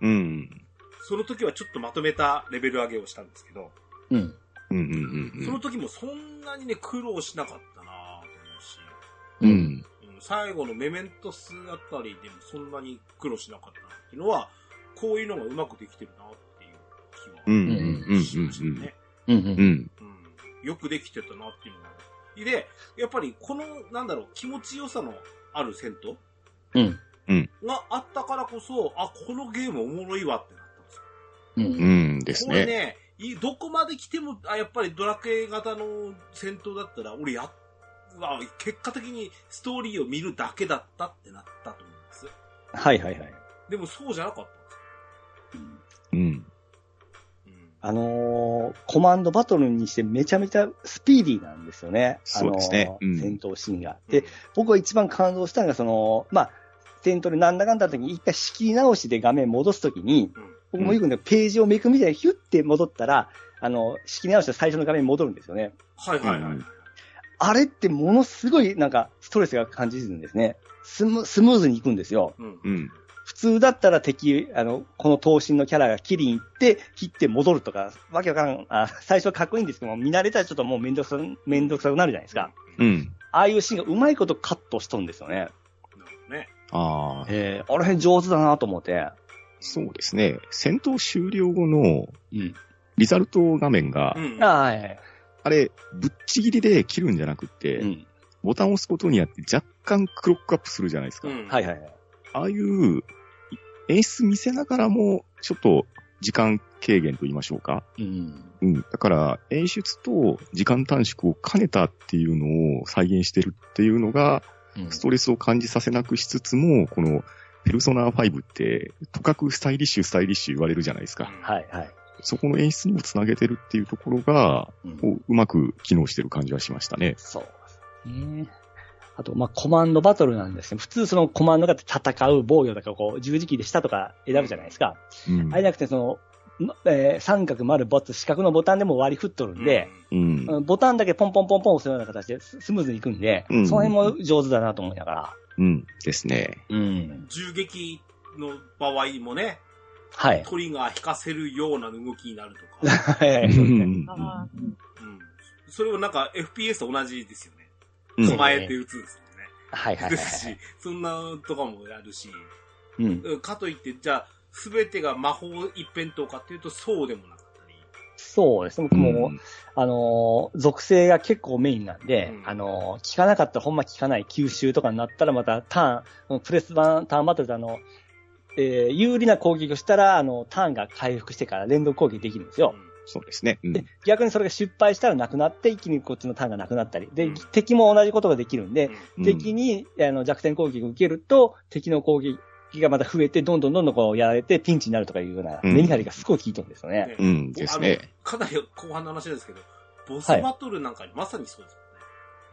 A: うん。
D: その時はちょっとまとめたレベル上げをしたんですけど、
B: うん。
A: うんうんうんうん。
D: その時もそんなにね、苦労しなかったなぁと思うし、
A: う。ん。
D: うん最後のメメントスあたりでもそんなに苦労しなかったなっていうのは、こういうのがうまくできてるなって
A: う
D: い
A: ん
D: う
A: うんう
D: 気
A: ん
D: はしましたね。
B: うん。
A: うん。うん。
D: うんよくできてたなっていうのが。で、やっぱりこの、なんだろう、気持ちよさのある戦闘
B: うん。
D: があったからこそ、あ、このゲームおもろいわってなったんですよ。
B: うん。
A: う
B: うん。
A: んです
D: これ
A: ね。
D: ね、いどこまで来ても、あ、やっぱりドラクエ型の戦闘だったら、俺やっ、あ結果的にストーリーを見るだけだったってなったと思うんです。
B: はいはいはい。
D: でもそうじゃなかったんですよ
B: うん
A: うん。
B: あのーコマンドバトルにしてめちゃめちゃスピーディーなんですよね。
A: そうですね
B: あのー
A: うん
B: 戦闘シーンが。
D: うん
B: で、僕が一番感動したのが、その、まあ、テントでなんだかんだの時に一回仕切り直しで画面戻すときに、
D: うん
B: 僕もよくね、ページをめくみたいにヒュッて戻ったら、あの、仕切り直した最初の画面に戻るんですよね。
D: はいはいはい。
A: うん
B: あれってものすごいなんかストレスが感じるんですね。スムスムーズに行くんですよ。
D: うん
A: うん。
B: 普通だったら敵、あの、この闘神のキャラが切りに行って、切って戻るとか、わけわからん、あ最初はかっこいいんですけども、見慣れたらちょっともうめんどくさ、めんどくさくなるじゃないですか。
A: う
D: うん
A: ん。
B: ああいうシーンがうまいことカットしとるんですよね。
D: なるほどね。
A: ああ、
B: えー、あれ上手だなと思って。
A: そうですね。戦闘終了後の
B: うん。
A: リザルト画面が、
D: うん
B: あはいはい。
A: あれ、ぶっちぎりで切るんじゃなくって、
B: うん。
A: ボタンを押すことによって若干クロックアップするじゃないですか。
D: うん
B: はいはいはい。
A: ああいうい演出見せながらも、ちょっと時間軽減と言いましょうか。
E: うん。
A: うん。だから、演出と時間短縮を兼ねたっていうのを再現してるっていうのが、
E: うん
A: ストレスを感じさせなくしつつも、この、ペルソナ5って、とかくスタイリッシュ、スタイリッシュ言われるじゃないですか。
E: はい、はい。
A: そこの演出にもつなげてるっていうところが、
E: うん
A: こううまく機能してる感じはしましたね。
B: そう。
E: ね
B: あと、まあ、コマンドバトルなんですけど、普通そのコマンドが戦う防御とか、こう、十字キーで下とか選ぶじゃないですか。
A: うん
B: あれじゃなくて、その、のえー三角、丸、バツ、四角のボタンでも割り振っとるんで、
A: うん。
B: うんボタンだけポンポンポンポン押すような形でススムーズにいくんで、
A: うん
B: その辺も上手だなと思いながら。
A: うん。ですね。
E: うん。
D: 銃撃の場合もね、
B: はい。
D: トリガー引かせるような動きになると か。
A: うん
C: あーうん
D: うん。それをなんか FPS と同じですよね。
A: うん
D: 構えて撃つんですよね。
B: はいはいはい
D: ですし、そんなとかもやるし、
B: うん。
D: うんかといって、じゃあ、すべてが魔法一辺倒かっていうと、そうでもなかったり。
B: そうですね。僕も、あのー属性が結構メインなんで、
D: うん
B: あのー聞かなかったらほんま聞かない吸収とかになったらまたターン、プレス版、ターンバトルであの、えー有利な攻撃をしたら、あの、ターンが回復してから連動攻撃できるんですよ。
A: そうですね。うん
B: で、逆にそれが失敗したらなくなって、一気にこっちのターンがなくなったり。で、
D: うん
B: 敵も同じことができるんで、
A: うん
B: 敵にあの弱点攻撃を受けると、敵の攻撃がまた増えて、どんどんどんどんこうやられて、ピンチになるとかいうような、
A: うん
B: メリハリがすごい効いてるんですよね。
D: ね
A: うんですね。
D: あのかなり後半の話ですけど、ボス
B: はい
D: バトルなんかにまさにそうですよ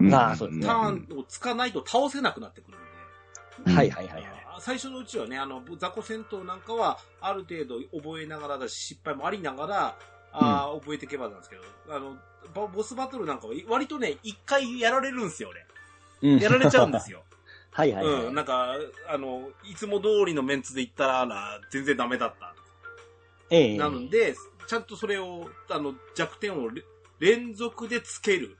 D: ね。
B: まあそうですね
D: ターンをつかないと倒せなくなってくるんで。
A: うん
B: はいはいはいはい。
D: 最初のうちはね、あの、雑魚戦闘なんかは、ある程度覚えながらだし、失敗もありながら、あー覚えていけばなんですけど、あの、ボボスバトルなんかは、割とね、一回やられるんですよ、
B: うん
D: 俺。やられちゃうんですよ。
B: はいはいはい。
D: うん、なんか、あの、いつも通りのメンツで行ったら、全然ダメだったとか。
B: ええ
D: なので、ちゃんとそれを、あの、弱点をれ連続でつける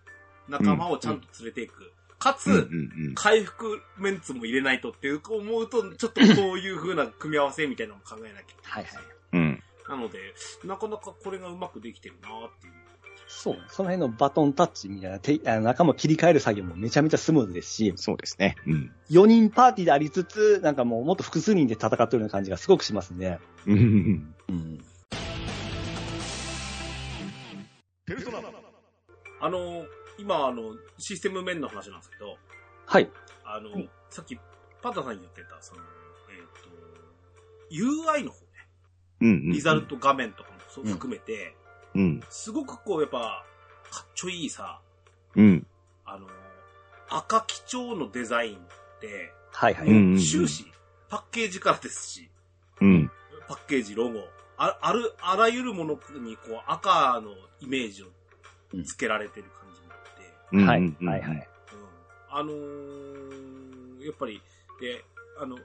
D: 仲間をちゃんと連れていく。かつ、
A: うんうん
D: 回復メンツも入れないとっていう、こう思うと、ちょっとそういう風な組み合わせみたいなのも考えなきゃいけない。
B: はいはい。
A: うんうん。
D: なので、なかなかこれがうまくできてるなっていう。
B: そう。その辺のバトンタッチみたいな、てあの仲間を切り替える作業もめちゃめちゃスムーズですし、
A: そうですね。うん
B: 4人パーティーでありつつ、なんかもうもっと複数人で戦ってるような感じがすごくしますね。
A: うんうんうん。
B: うん。
D: あの、今、あの、システム面の話なんですけど、
B: はい。
D: あの、
C: はい
D: さっき、パンタさんに言ってた、その、えっ、と、UI の方ね、
A: うんうん。
D: リザルト画面とかもそう含めて、
A: うん。
D: すごくこう、やっぱ、かっちょいいさ、
A: うん。
D: あの、赤基調のデザインって、
B: はいはい。
A: うんうんうん
D: 終始、パッケージからですし、
A: うん。
D: パッケージ、ロゴ、あある、あらゆるものにこう赤のイメージをつけられてる感じになっ
A: うん
B: はい
A: うんうん
B: はいはい。
D: て、うんあのー、やっぱり、で、あの、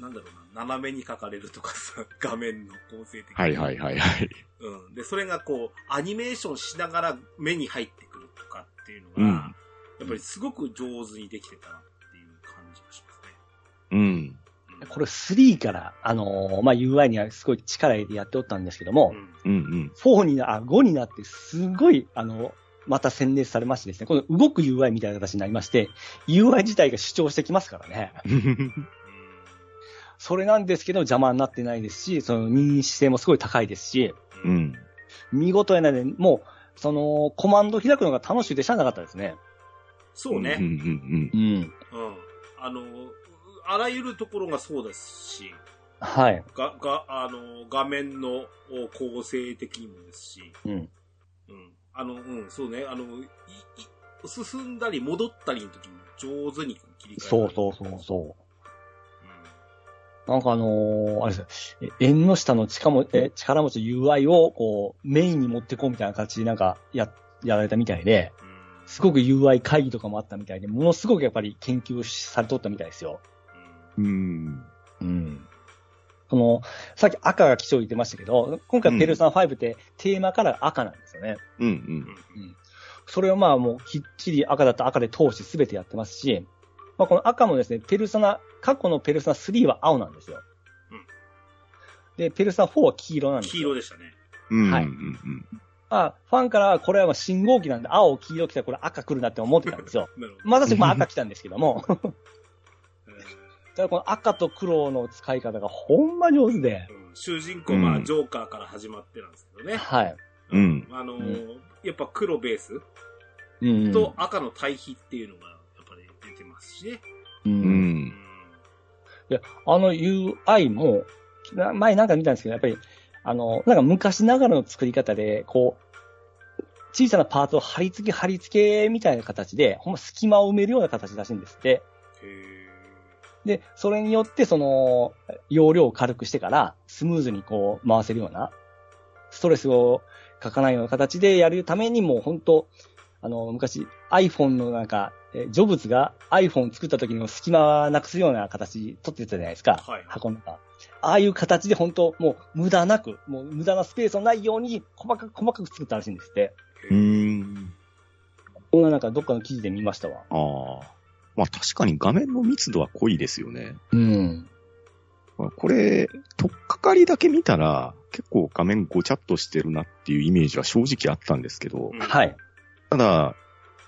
D: なんだろうな、斜めに書かれるとかさ、 画面の構成的に。
A: はいはいはいはい。
D: うん。で、それがこう、アニメーションしながら目に入ってくるとかっていうのが、
A: うん
D: やっぱりすごく上手にできてたなっていう感じがしますね。
A: うん。
D: うん
B: これ3から、あのーまあ、UI にはすごい力入れてやっておったんですけども、
D: うん
A: うんうん。
B: 4にな、あ、5になって、すごい、あの、また洗練されましてですね、この動く UI みたいな形になりまして、UI 自体が主張してきますからね。それなんですけど邪魔になってないですし、その認視性もすごい高いですし、
A: う。ん。
B: 見事やなで、もう、その、コマンド開くのが楽しいでしゃなかったですね。
D: そうね。
A: うんうん
B: うん。
D: うん。あの、うあらゆるところがそうですし、
B: はい。
D: が、が、あの、画面のお構成的にもですし、
B: うん。
D: うん。あの、うん、そうね、あの、い、い、進んだり戻ったりの時も上手に切り替え
B: そうそうそうそう。なんかあのーあれですよ、え縁の下の力もえ力持ち UI をこうメインに持ってこうみたいな形でなんかや、やられたみたいで、
D: うん。うん
B: すごく UI 会議とかもあったみたいで、ものすごくやっぱり研究されとったみたいですよ。
A: うん。うん。
B: うん。その、さっき赤が基調言ってましたけど、今回ペルソナ5ってテーマから赤なんですよね。
A: うんう。
D: うんん
B: それをまあもうきっちり赤だったら赤で通してすべてやってますし、まあこの赤もですね、ペルソナ、過去のペルソナ3は青なんですよ。
D: うん
B: で、ペルソナ4は黄色なんです
D: 黄
B: よ。
D: 色でしたね。
A: うん。
B: はい
A: うん
B: まあ、ファンからはこれはまあ信号機なんで、青、黄色来たらこれ赤来るなって思ってたんですよ。
D: なるほど。
B: まあ私も赤来たんですけども、
D: えー
B: ただこの赤と黒の使い方がほんま上手で。
D: うん主人公は
A: うん
D: ジョーカーから始まってなんですけどね。
B: はい。
A: うん
D: あのー
B: う
D: やっぱ黒ベース
B: うんうん
D: と、赤の対比っていうのが、やっぱり出てますしね。
B: う。
A: うん
D: うん
A: ん。。
B: あの UI も、な前なんか見たんですけど、やっぱり、あの、なんか昔ながらの作り方で、こう、小さなパーツを貼り付け貼り付けみたいな形で、ほんま隙間を埋めるような形らしいんですって。
D: へー
B: で、それによって、その、容量を軽くしてから、スムーズにこう、回せるような、ストレスをかかないような形でやるために、もう本当あの、昔、iPhone のなんか、えジョブズが iPhone 作った時の隙間なくすような形取ってたじゃないですか。
D: はい
B: 箱の中。ああいう形で本当もう無駄なく、もう無駄なスペースのないように、細かく細かく作ったらしいんですって。
A: うん。
B: こんななんかどっかの記事で見ましたわ。
A: ああ。まあ確かに画面の密度は濃いですよね。
B: うん。
A: まあこれ、とっかかりだけ見たら、結構画面ごちゃっとしてるなっていうイメージは正直あったんですけど
D: う、ん
B: はい。
A: ただ、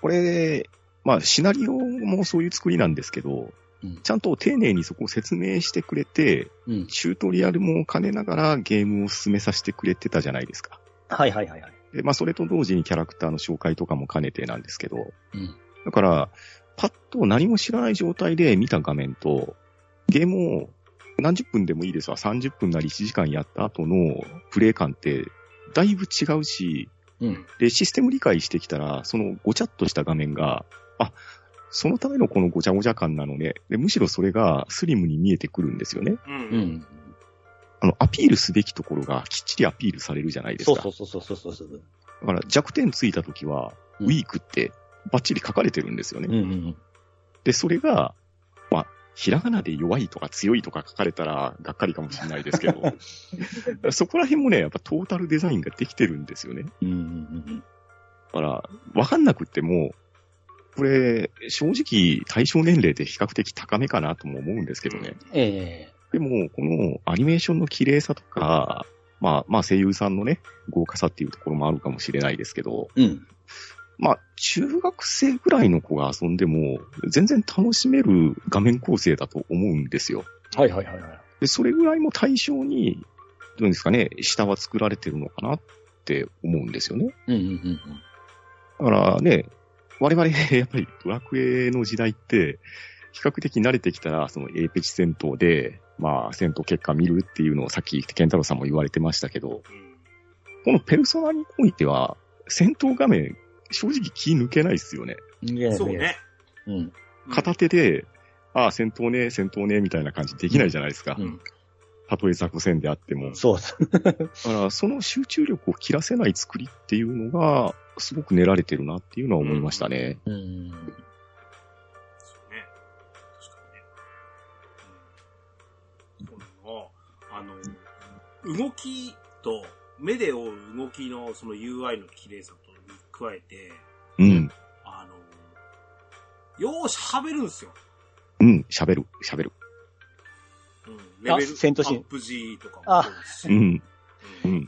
A: これ、まあシナリオもそういう作りなんですけど
B: うん、
A: ちゃんと丁寧にそこを説明してくれて、
B: うん。
A: チュートリアルも兼ねながらゲームを進めさせてくれてたじゃないですか。
B: はいはいはいはい。
A: で、まあ、それと同時にキャラクターの紹介とかも兼ねてなんですけど、
B: うん
A: だから、パッと何も知らない状態で見た画面と、ゲームを何十分でもいいですわ、30分なり1時間やった後のプレイ感って、だいぶ違うし、
B: うん。
A: で、システム理解してきたら、そのごちゃっとした画面が、あ、そのためのこのごちゃごちゃ感なのね。で、むしろそれがスリムに見えてくるんですよね。
D: うん。
B: う
D: うん。
B: ん。
A: あの、アピールすべきところがきっちりアピールされるじゃないです
B: そ
A: か。
B: うそうそうそうそうそう。
A: だから弱点ついたときは、
B: うん
A: ウィークってバッチリ書かれてるんですよね。
B: うんうん
A: で、それが、まあ、ひらがなで弱いとか強いとか書かれたらがっかりかもしれないですけど、 そこら辺もね、やっぱトータルデザインができてるんですよね。
B: うん。うんうん
A: だから、わかんなくっても、これ、正直対象年齢で比較的高めかなとも思うんですけどね。
B: ええ
A: でも、このアニメーションの綺麗さとか、まあ、まあ声優さんのね、豪華さっていうところもあるかもしれないですけど、
B: うん。
A: まあ、中学生ぐらいの子が遊んでも、全然楽しめる画面構成だと思うんですよ。
B: はいはいはいはい。
A: で、それぐらいも対象に、どうですかね、下は作られてるのかなって思うんですよね。
B: うんうんうんうん。
A: だからね、我々、 やっぱりドラクエの時代って、比較的慣れてきたら、そのエーペチ戦闘で、まあ、戦闘結果見るっていうのをさっき、ケンタロウさんも言われてましたけど、このペルソナにおいては、戦闘画面、正直気抜けないですよね。
B: 逃げ
D: そう。ね。
B: うん。
A: 片手で、ああ、戦闘ね、戦闘ね、みたいな感じできないじゃないですか
B: う。ん。
A: たとえ雑魚戦であっても。
B: そうそう。
A: だから、その集中力を切らせない作りっていうのが、すごく練られてるなっていうのは思いましたね。
B: うん。
D: そうね。確かにね。うん。そうなの。あの、動きと、目で追う動きのその UI の綺麗さとに加えて、
A: うん。
D: あの、よーし、はべるんですよ。
A: うん。喋る。喋る。
D: うん。
B: あ
D: レベル
B: 戦闘シーン
D: アップ G とかも
B: あ
D: そうですし。
A: う。ん。う
D: うん。
A: ん。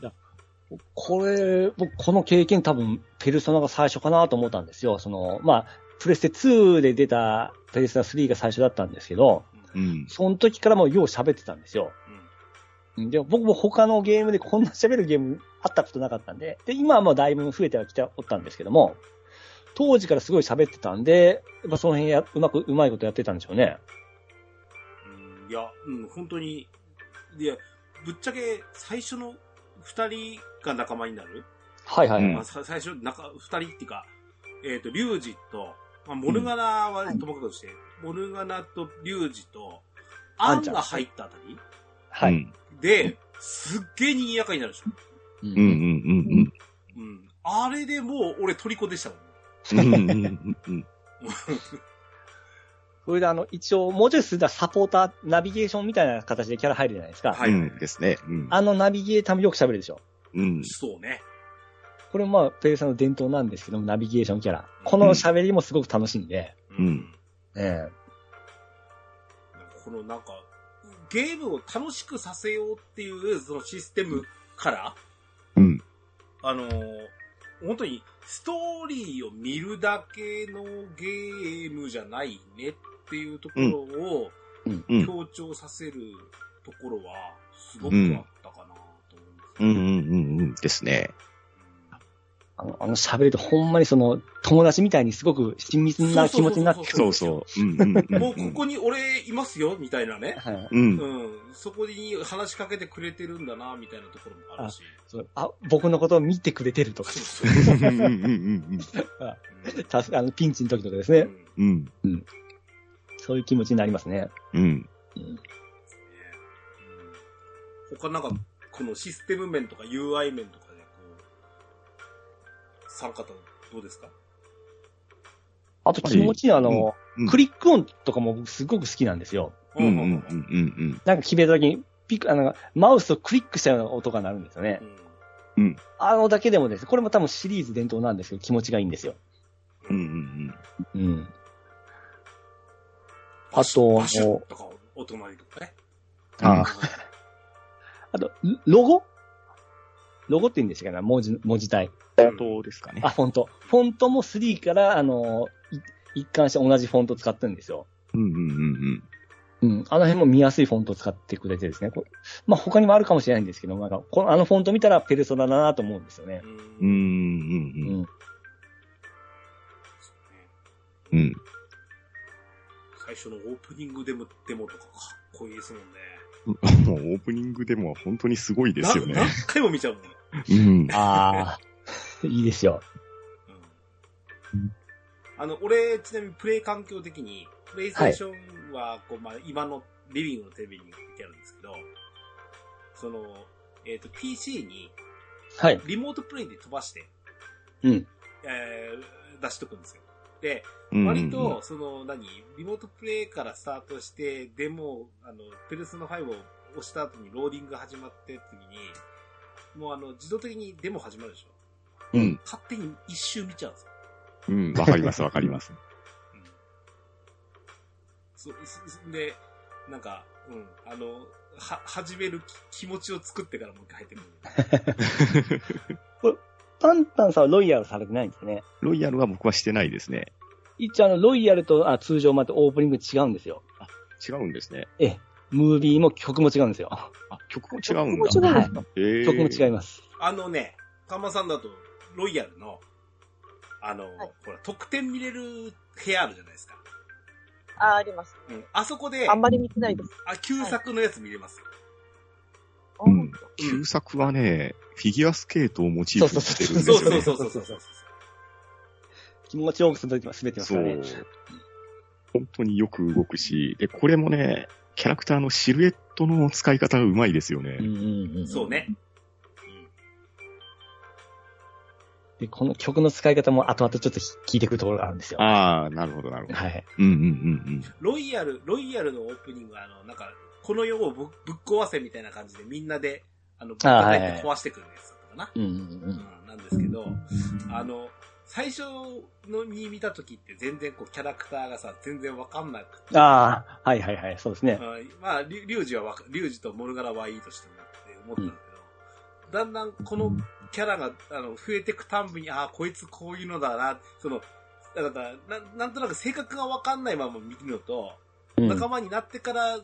B: これ、僕、この経験多分、ペルソナが最初かなと思ったんですよ。その、まあ、プレステ2で出たペルソナ3が最初だったんですけど、
A: う
D: うん。
A: ん。
B: その時からもうよう喋ってたんですよ。うんでも僕も他のゲームでこんな喋るゲームあったことなかったんで、で、今はもうだいぶ増えてはきておったんですけども、当時からすごい喋ってたんで、まあ、その辺や、うまく、うまいことやってたんでしょうね。
D: うんいや、うん、本当に、いや、ぶっちゃけ最初の二人が仲間になる、
B: はいはいはい。
D: まあ、さ最初、仲、二人っていうか、えっ、と、リュウジと、まあ、モルガナはともかくとして、モルガナとリュウジと、アンが入ったあたり
B: はい。
D: で、すっげえ賑やかになるでしょ。
B: う
A: うん。うん。う。ん。
D: うん。あれでもう、俺、虜でしたもん。
A: うん。うん。うん。うん。うん。
B: それであの、一応、もうちょい進んだらサポーター、ナビゲーションみたいな形でキャラ入るじゃないですか。
D: は
A: う
D: い
A: ん。ですね。うん。
B: あのナビゲーターもよく喋るでしょ。
A: うん。
D: そうね。
B: これもまあ、ペルソナの伝統なんですけども、ナビゲーションキャラ。この喋りもすごく楽しいんで。
A: うん。
B: え
D: このなんか、ゲームを楽しくさせようっていう、そのシステムから、
A: うん。
D: あのー本当にストーリーを見るだけのゲームじゃないねっていうところを、
A: うん
D: 強調させるところは、すごくあったかなと思うんで
A: う
D: すよ
A: んうんうんうんですね。
B: あの、あの喋りとほんまにその、友達みたいにすごく親密な気持ちになってくる
A: そ
B: ん
A: う
B: ですよ。
A: そう。うんうんうん、うん。
D: もうここに俺いますよ、みたいなね。
B: はい。
A: う。
D: うんん。そこに話しかけてくれてるんだな、みたいなところもあるし。
B: そうあ、僕のことを見てくれてるとか、
D: そう
A: う
D: そ
A: んうんうんうん
D: う。
B: たすあのピンチの時とかですね、
D: うん
A: うん。うん。
B: そういう気持ちになりますね。
A: うん。
D: 他なんか、このシステム面とか UI 面とかで、こう、参加とどうですか
B: あと気持ちいいのはあの、
A: うんうん
B: クリック音とかも僕すごく好きなんですよ。
A: うんうんうんうん
B: なんか決めた時に、ピク、あの、マウスをクリックしたような音が鳴るんですよね
D: う。ん
B: あのだけでもですね、これも多分シリーズ伝統なんですけど、気持ちがいいんですよ。
A: うんうんうん
B: うん。
D: バ
B: あ
D: シュ
B: と
D: バシュ
B: もう
D: ッとか、お隣とかね。
A: あ
B: あと、ロゴロゴって言うんですかね、文字、文字体。
A: うん。当ですかね
B: あ、。フォント。フォントも3から、あの、い一貫して同じフォント使ってるんですよ。
A: うんうんうん
B: うん。あの辺も見やすいフォントを使ってくれてですね。これまあ、他にもあるかもしれないんですけど、なんか、このあのフォント見たらペルソナだなと思うんですよね
D: う。。
A: うん。うんんうんうん。うん。
D: 最初のオープニングデモデモとかかっこいいですもんね。
A: もうオープニングでも本当にすごいですよ
D: な
A: ね
D: 何。回も見ちゃうもん。
A: うん。
B: ああ、 いいですよ。
D: うんあの、俺、ちなみにプレイ環境的に、プレイステーションは、こう、まあ、今のリビングのテレビに置いてあるんですけど、その、えっ、と、PC に
B: はい。
D: リモートプレイで飛ばして、
B: うん。
D: えー出しとくんですよ。で、
A: うん
D: 割と、、その、何、リモートプレイからスタートして、デモ、あの、ペルソナ5を押した後にローディングが始まって時に、もうあの、自動的にデモ始まるでしょ。
A: うん。
D: 勝手に一周見ちゃうんですよ
A: うん。わかりますわかります。
D: そ、そ、で、なんか、うん、あの、は、始める気気持ちを作ってからもう一回入ってくる。
B: パンタンさんはロイヤルされてないんですね。
A: ロイヤルは僕はしてないですね。
B: 一応あの、ロイヤルとあ通常またオープニング違うんですよ。
A: 違うんですね。
B: ええ。ムービーも曲も違うんですよ。
A: あ、曲も違うんだ。
C: 曲も違うんですか
A: え
B: 曲も違い
A: い。
B: ます。
D: あのね、カンマさんだと、ロイヤルの、あの、
C: はい
D: ほら、得点見れる部屋あるじゃないですか。
C: あ、あります。
D: うん、あそこで、
C: あんまり見てないです。
D: あ旧作のやつ見れますよ。
A: うん。旧作はね、フィギュアスケートをモチーフにしてるんです
D: そう
A: よ
D: そう
A: ね。
D: そうそうそうそう。
B: 気持ちよく滑ってます滑ってますからね。
A: そう。本当によく動くし、で、これもね、キャラクターのシルエットの使い方がうまいですよね。
B: ん
D: そう。ね。
B: で、この曲の使い方も後々ちょっと聞いてくるところがあるんですよ。
A: ああ、なるほど、なるほど。
B: はい。
A: うんうん
D: ロイヤル、ロイヤルのオープニングは、あの、なんか、この世をぶぶっ壊せみたいな感じで、みんなで、あの、ぶっ
B: あはい
D: 叩
B: はいい
D: て壊してくるやつだったかな。
B: うんうん
D: うんなんですけど、あの、最初のに見た時って全然こうキャラクターがさ、全然わかんなくて、
B: うん。ああ、はいはいはい、そうですね。
D: うんまあ、リュリュウジはわか、リュウジとモルガラはいいとしてもって思ったんだけど、だんだんこのキャラがあの増えてくたんびに、ああ、こいつこういうのだな、その、だからななんとなく性格がわかんないまま見るのと、
B: うん
D: 仲間になってから、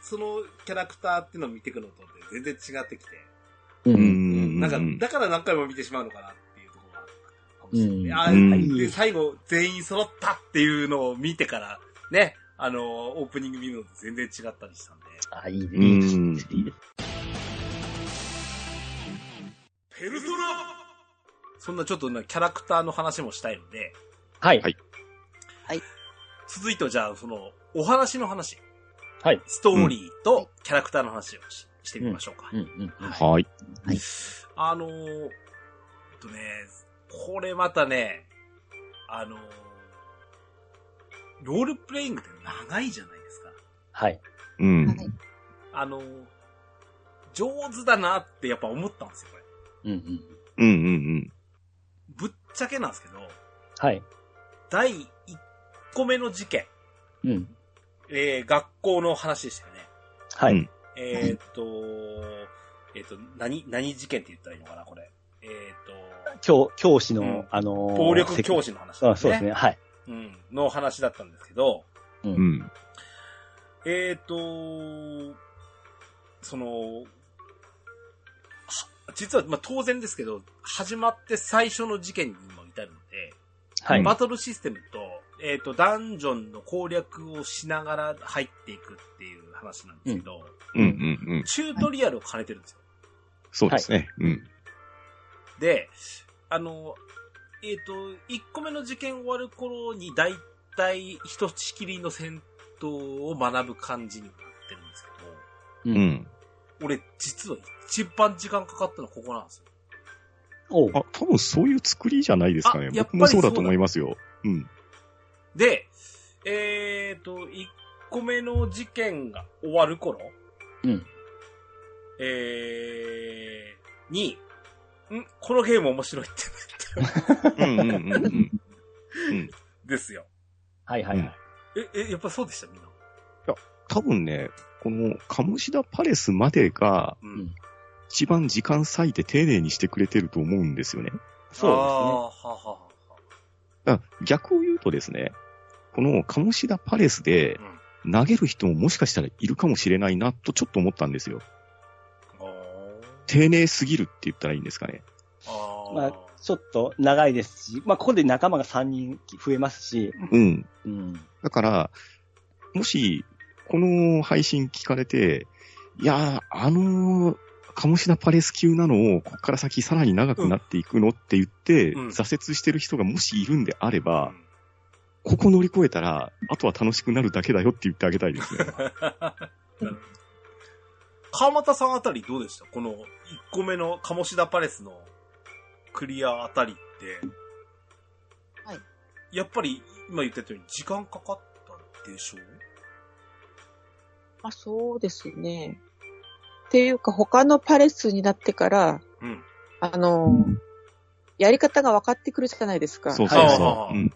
D: そのキャラクターっていうのを見ていくのとって全然違ってきて、
B: う。
A: うん。うんん。
D: なんか、だから何回も見てしまうのかなっていうところがあるかもしれ
B: うん
D: ない。あ
A: うん
D: で、最後、全員揃ったっていうのを見てから、ね、あの、オープニング見るのと全然違ったりしたんで。
B: あ、いいね。
A: うん
B: いいですいいです
D: ペルソナそんなちょっとね、キャラクターの話もしたいので、
B: はい
A: はい。
D: 続いてはじゃあ、その、お話の話。
B: はい。
D: ストーリーとキャラクターの話をししてみましょうか。
B: うんうん。
A: はい。
D: あのー、えっとね、これまたね、あのー、ロールプレイングって長いじゃないですか。
B: はい。
A: うん。
D: あのー、上手だなってやっぱ思ったんですよ、これ。
B: うん
A: う
B: うん。
A: んうん
D: ぶっちゃけなんですけど、
B: はい。
D: 第1個目の事件、
B: うん。
D: えー、学校の話でしたよね。
B: は
A: うん
B: い。
D: えーっと、えーっと、何、何事件って言ったらいいのかな、これ。えーっ
B: 教、教師
D: う
B: の
D: ん、
B: あのー、
D: と、暴力教
B: 師。
D: 師の話、
B: あそうですね。。はい。
D: うん、の話だったんですけど、
A: うん。うん。
D: えっ、ー、と、その、は実は、まあ、当然ですけど、始まって最初の事件にも至るので、
B: はい。
D: バトルシステムと、えっ、と、ダンジョンの攻略をしながら入っていくっていう話なんですけど、
A: うんうんうん。
D: チュートリアルを兼ねてるんですよ。
A: そうですね。うん。
D: で、あの、えっ、と、1個目の事件終わる頃に、だいたいひとしきりの戦闘を学ぶ感じになってるんですけど、
B: う
A: う。ん。
D: 俺、実は一番時間かかったのここなんですよ。
B: おう
A: あ、多分そういう作りじゃないですかね
D: あ。やっぱ
A: 僕
D: り
A: もそうだと思いますよ。うん。
D: で、えっ、と、1個目の事件が終わる頃、
B: うん。
D: えー、に、んこのゲーム面白いってなって
A: うんうんうんうん。
D: るですよ。
B: はいはいはい。
D: え、え、やっぱそうでした、みんな。
A: 多分ね、このカムシダパレスまでが
D: う
B: うん
A: 一番時間割いて丁寧にしてくれてると思うんですよね。
D: あー
B: そ
D: はあはあはあ
A: だから逆を言うとですね、このカムシダパレスで投げる人ももしかしたらいるかもしれないなとちょっと思ったんですよ。
D: うん
A: 丁寧すぎるって言ったらいいんですかね。
D: あー
B: まあうですね。ちょっと長いですし、まあ、ここで仲間が3人増えますし、
A: うん。
B: うん。
A: だから、もし、この配信聞かれて、いやー、あのー、カモシダパレス級なのを、こっから先さらに長くなっていくのって言って、
D: うん
A: 挫折してる人がもしいるんであれば、
D: うん
A: ここ乗り越えたら、あとは楽しくなるだけだよって言ってあげたい ですね。
D: 川又さんあたりどうでしたこの1個目の鴨志田パレスのクリアあたりって。
C: はい。
D: やっぱり今言ってたように時間かかったでしょ
C: まあそうですね。っていうか他のパレスになってから、
D: うん。
C: あの、やり方が分かってくるじゃないですか。
A: そうそうそ
D: は
A: う。う
D: い
A: ん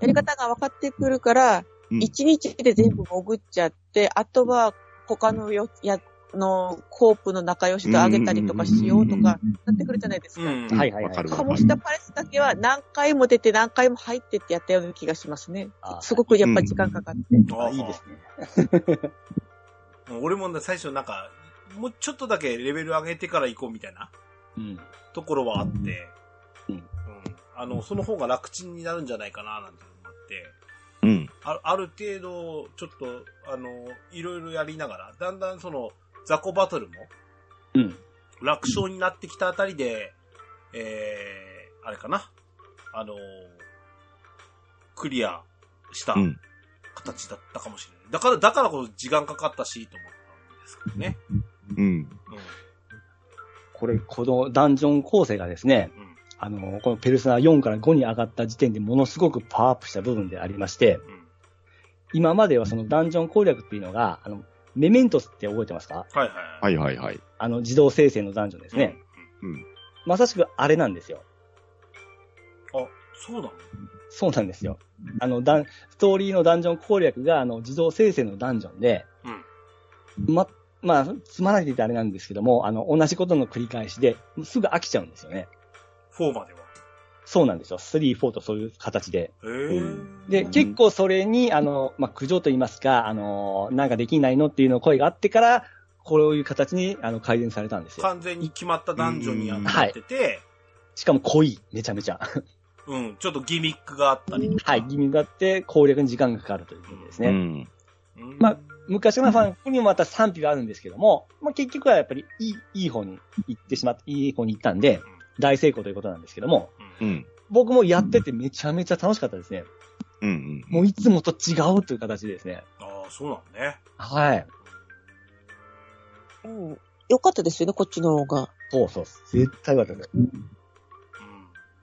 C: やり方が分かってくるから、
A: うん
C: 一日で全部潜っちゃって、あとは他のよ、や、の、コープの仲良しとあげたりとかしようとか、なってくるじゃないですか。
D: うん。
A: うん
B: はいはいはい
A: わかるわ
C: カ
A: か
C: モ
A: る
C: シタパレスだけは何回も出て何回も入ってってやったような気がしますね。
B: あ
C: すごくやっぱ時間かかって。
D: あ
B: あ
D: ー
B: いいですね。
D: もう俺もね、最初なんか、もうちょっとだけレベル上げてから行こうみたいな
B: うん。
D: ところはあって、
B: うん
D: あの、その方が楽ちんになるんじゃないかななんて思って、
A: うん。
D: あある程度、ちょっと、あの、いろいろやりながら、だんだんその、雑魚バトルも
B: うん。
D: 楽勝になってきたあたりで、えー、あれかな、あの、クリアした
A: うん
D: 形だったかもしれない。だから、だからこの時間かかったし、と思ったんですけどね。
A: うん。
B: これ、このダンジョン構成がですね、
D: うん、うん、
B: あの、このペルソナ4から5に上がった時点でものすごくパワーアップした部分でありまして、
D: うん。
B: 今まではそのダンジョン攻略っていうのが、あの、メメントスって覚えてますか
D: はいはい。。
A: はいいはいはい。
B: あの、自動生成のダンジョンですね。まさしくあれなんですよ。
D: うん。あ、そうなの
B: そうなんですよ。あの、ダン、ストーリーのダンジョン攻略が、あの、自動生成のダンジョンで、
D: うん
B: ま、まあ、つまられていてあれなんですけども、あの、同じことの繰り返しで、すぐ飽きちゃうんですよね。
D: フォーまでは。
B: そうなんですよ。3、4とそういう形で。
D: へー
B: で、結構それに、あの、まあ、苦情と言いますか、あの、なんかできないのっていうの声があってから、こういう形に、あの、改善されたんですよ。
D: 完全に決まったダンジョンになってて、
B: しかも濃い、めちゃめちゃ。
D: うん、ちょっとギミックがあったりとか。
B: はい、義務があって、攻略に時間がかかるということですね。
A: うん。
D: うん
B: まあ昔のファンにもまた賛否があるんですけども、まあ、結局はやっぱりいい、いい方に行ってしまって、いい方に行ったんで、大成功ということなんですけども、
A: う
D: うん
A: ん。
B: 僕もやっててめちゃめちゃ楽しかったですね。
A: うんうん。
B: もういつもと違うという形でですね。
D: ああ、そうなのね。
B: はい。
C: うんよかったですよね、こっちの方が。
B: そうそう。絶対良かったです。
D: うん。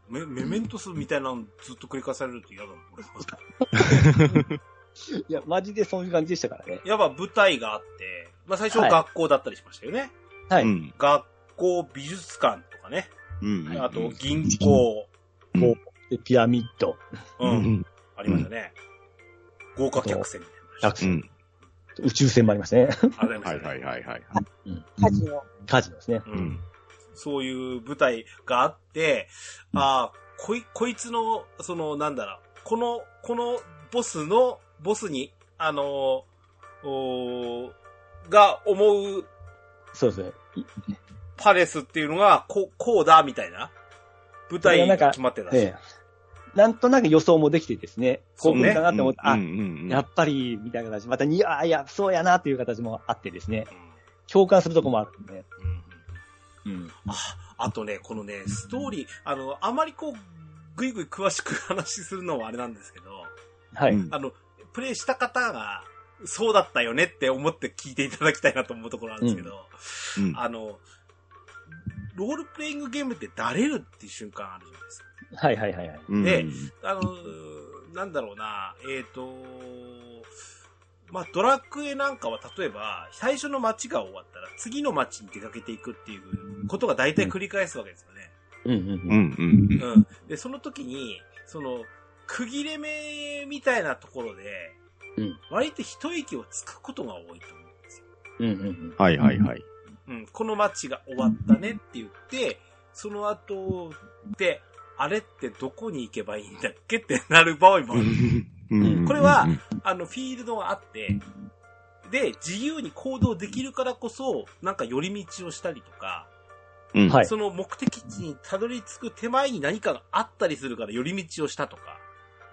D: メメメントスみたいなのずっと繰り返されると嫌だな、俺は。
B: いや、マジでそういう感じでしたからね。
D: やっぱ舞台があって、まあ最初
B: はい
D: 学校だったりしましたよね。
B: は
A: う
B: い。
A: ん。
D: 学校、美術館とかね。
A: うんうん。
D: あと、銀行、
B: で、ピラミッド、
A: う
D: う、
A: んん。
D: ありましたね。豪華客船みたいな。
B: 客
A: う
B: 船
A: ん。
B: 宇宙船もありましたね。
D: ありま
A: は
D: し
A: い
D: た
A: はい
D: ね。
A: はいはい。
C: カジノ。
B: カジノですね。
D: う
A: うんん。
D: そういう舞台があって、ああ、こい、こいつの、その、なんだろう、この、このボスの、ボスに、あのおーが思う
B: そうですね。い
D: パレスっていうのが、こう、こうだ、みたいな。舞台が決まってたし。
B: ええ。なんとなく予想もできてですね、こう来るかなって思った、
A: うんう
B: あ、
A: んうんうん
B: やっぱり、みたいな形、また、いや、いや、そうやなっていう形もあってですね、共感するとこもあるんで。
D: うんうん
B: うん。
D: あとね、このね、ストーリー、あの、あまりこう、ぐいぐい詳しく話するのはあれなんですけど、
B: はい。
A: うん
D: あの、プレイした方が、そうだったよねって思って聞いていただきたいなと思うところなんですけど、
A: うん
D: あの、ロールプレイングゲームってだれるっていう瞬間あるじゃないですか。
B: はいはいはいはい。
A: うん
D: であのー、なんだろうな、えっ、とまあ、ドラクエなんかは例えば、最初の街が終わったら次の街に出かけていくっていうことが大体繰り返すわけですよね。
B: うん
A: う
B: う
A: んんうんうん
D: うん。で、その時に、その、区切れ目みたいなところで、
B: うん
D: 割と一息をつくことが多いと思うんですよ。
B: うん。うんうんうん。
A: はいはいはい。
D: うん。この街が終わったねって言って、その後で、あれってどこに行けばいいんだっけってなる場合もある。
A: うん
D: これは、あの、フィールドがあって、で、自由に行動できるからこそ、なんか寄り道をしたりとか、
A: うん
B: はい
D: その目的地にたどり着く手前に何かがあったりするから寄り道をしたとか、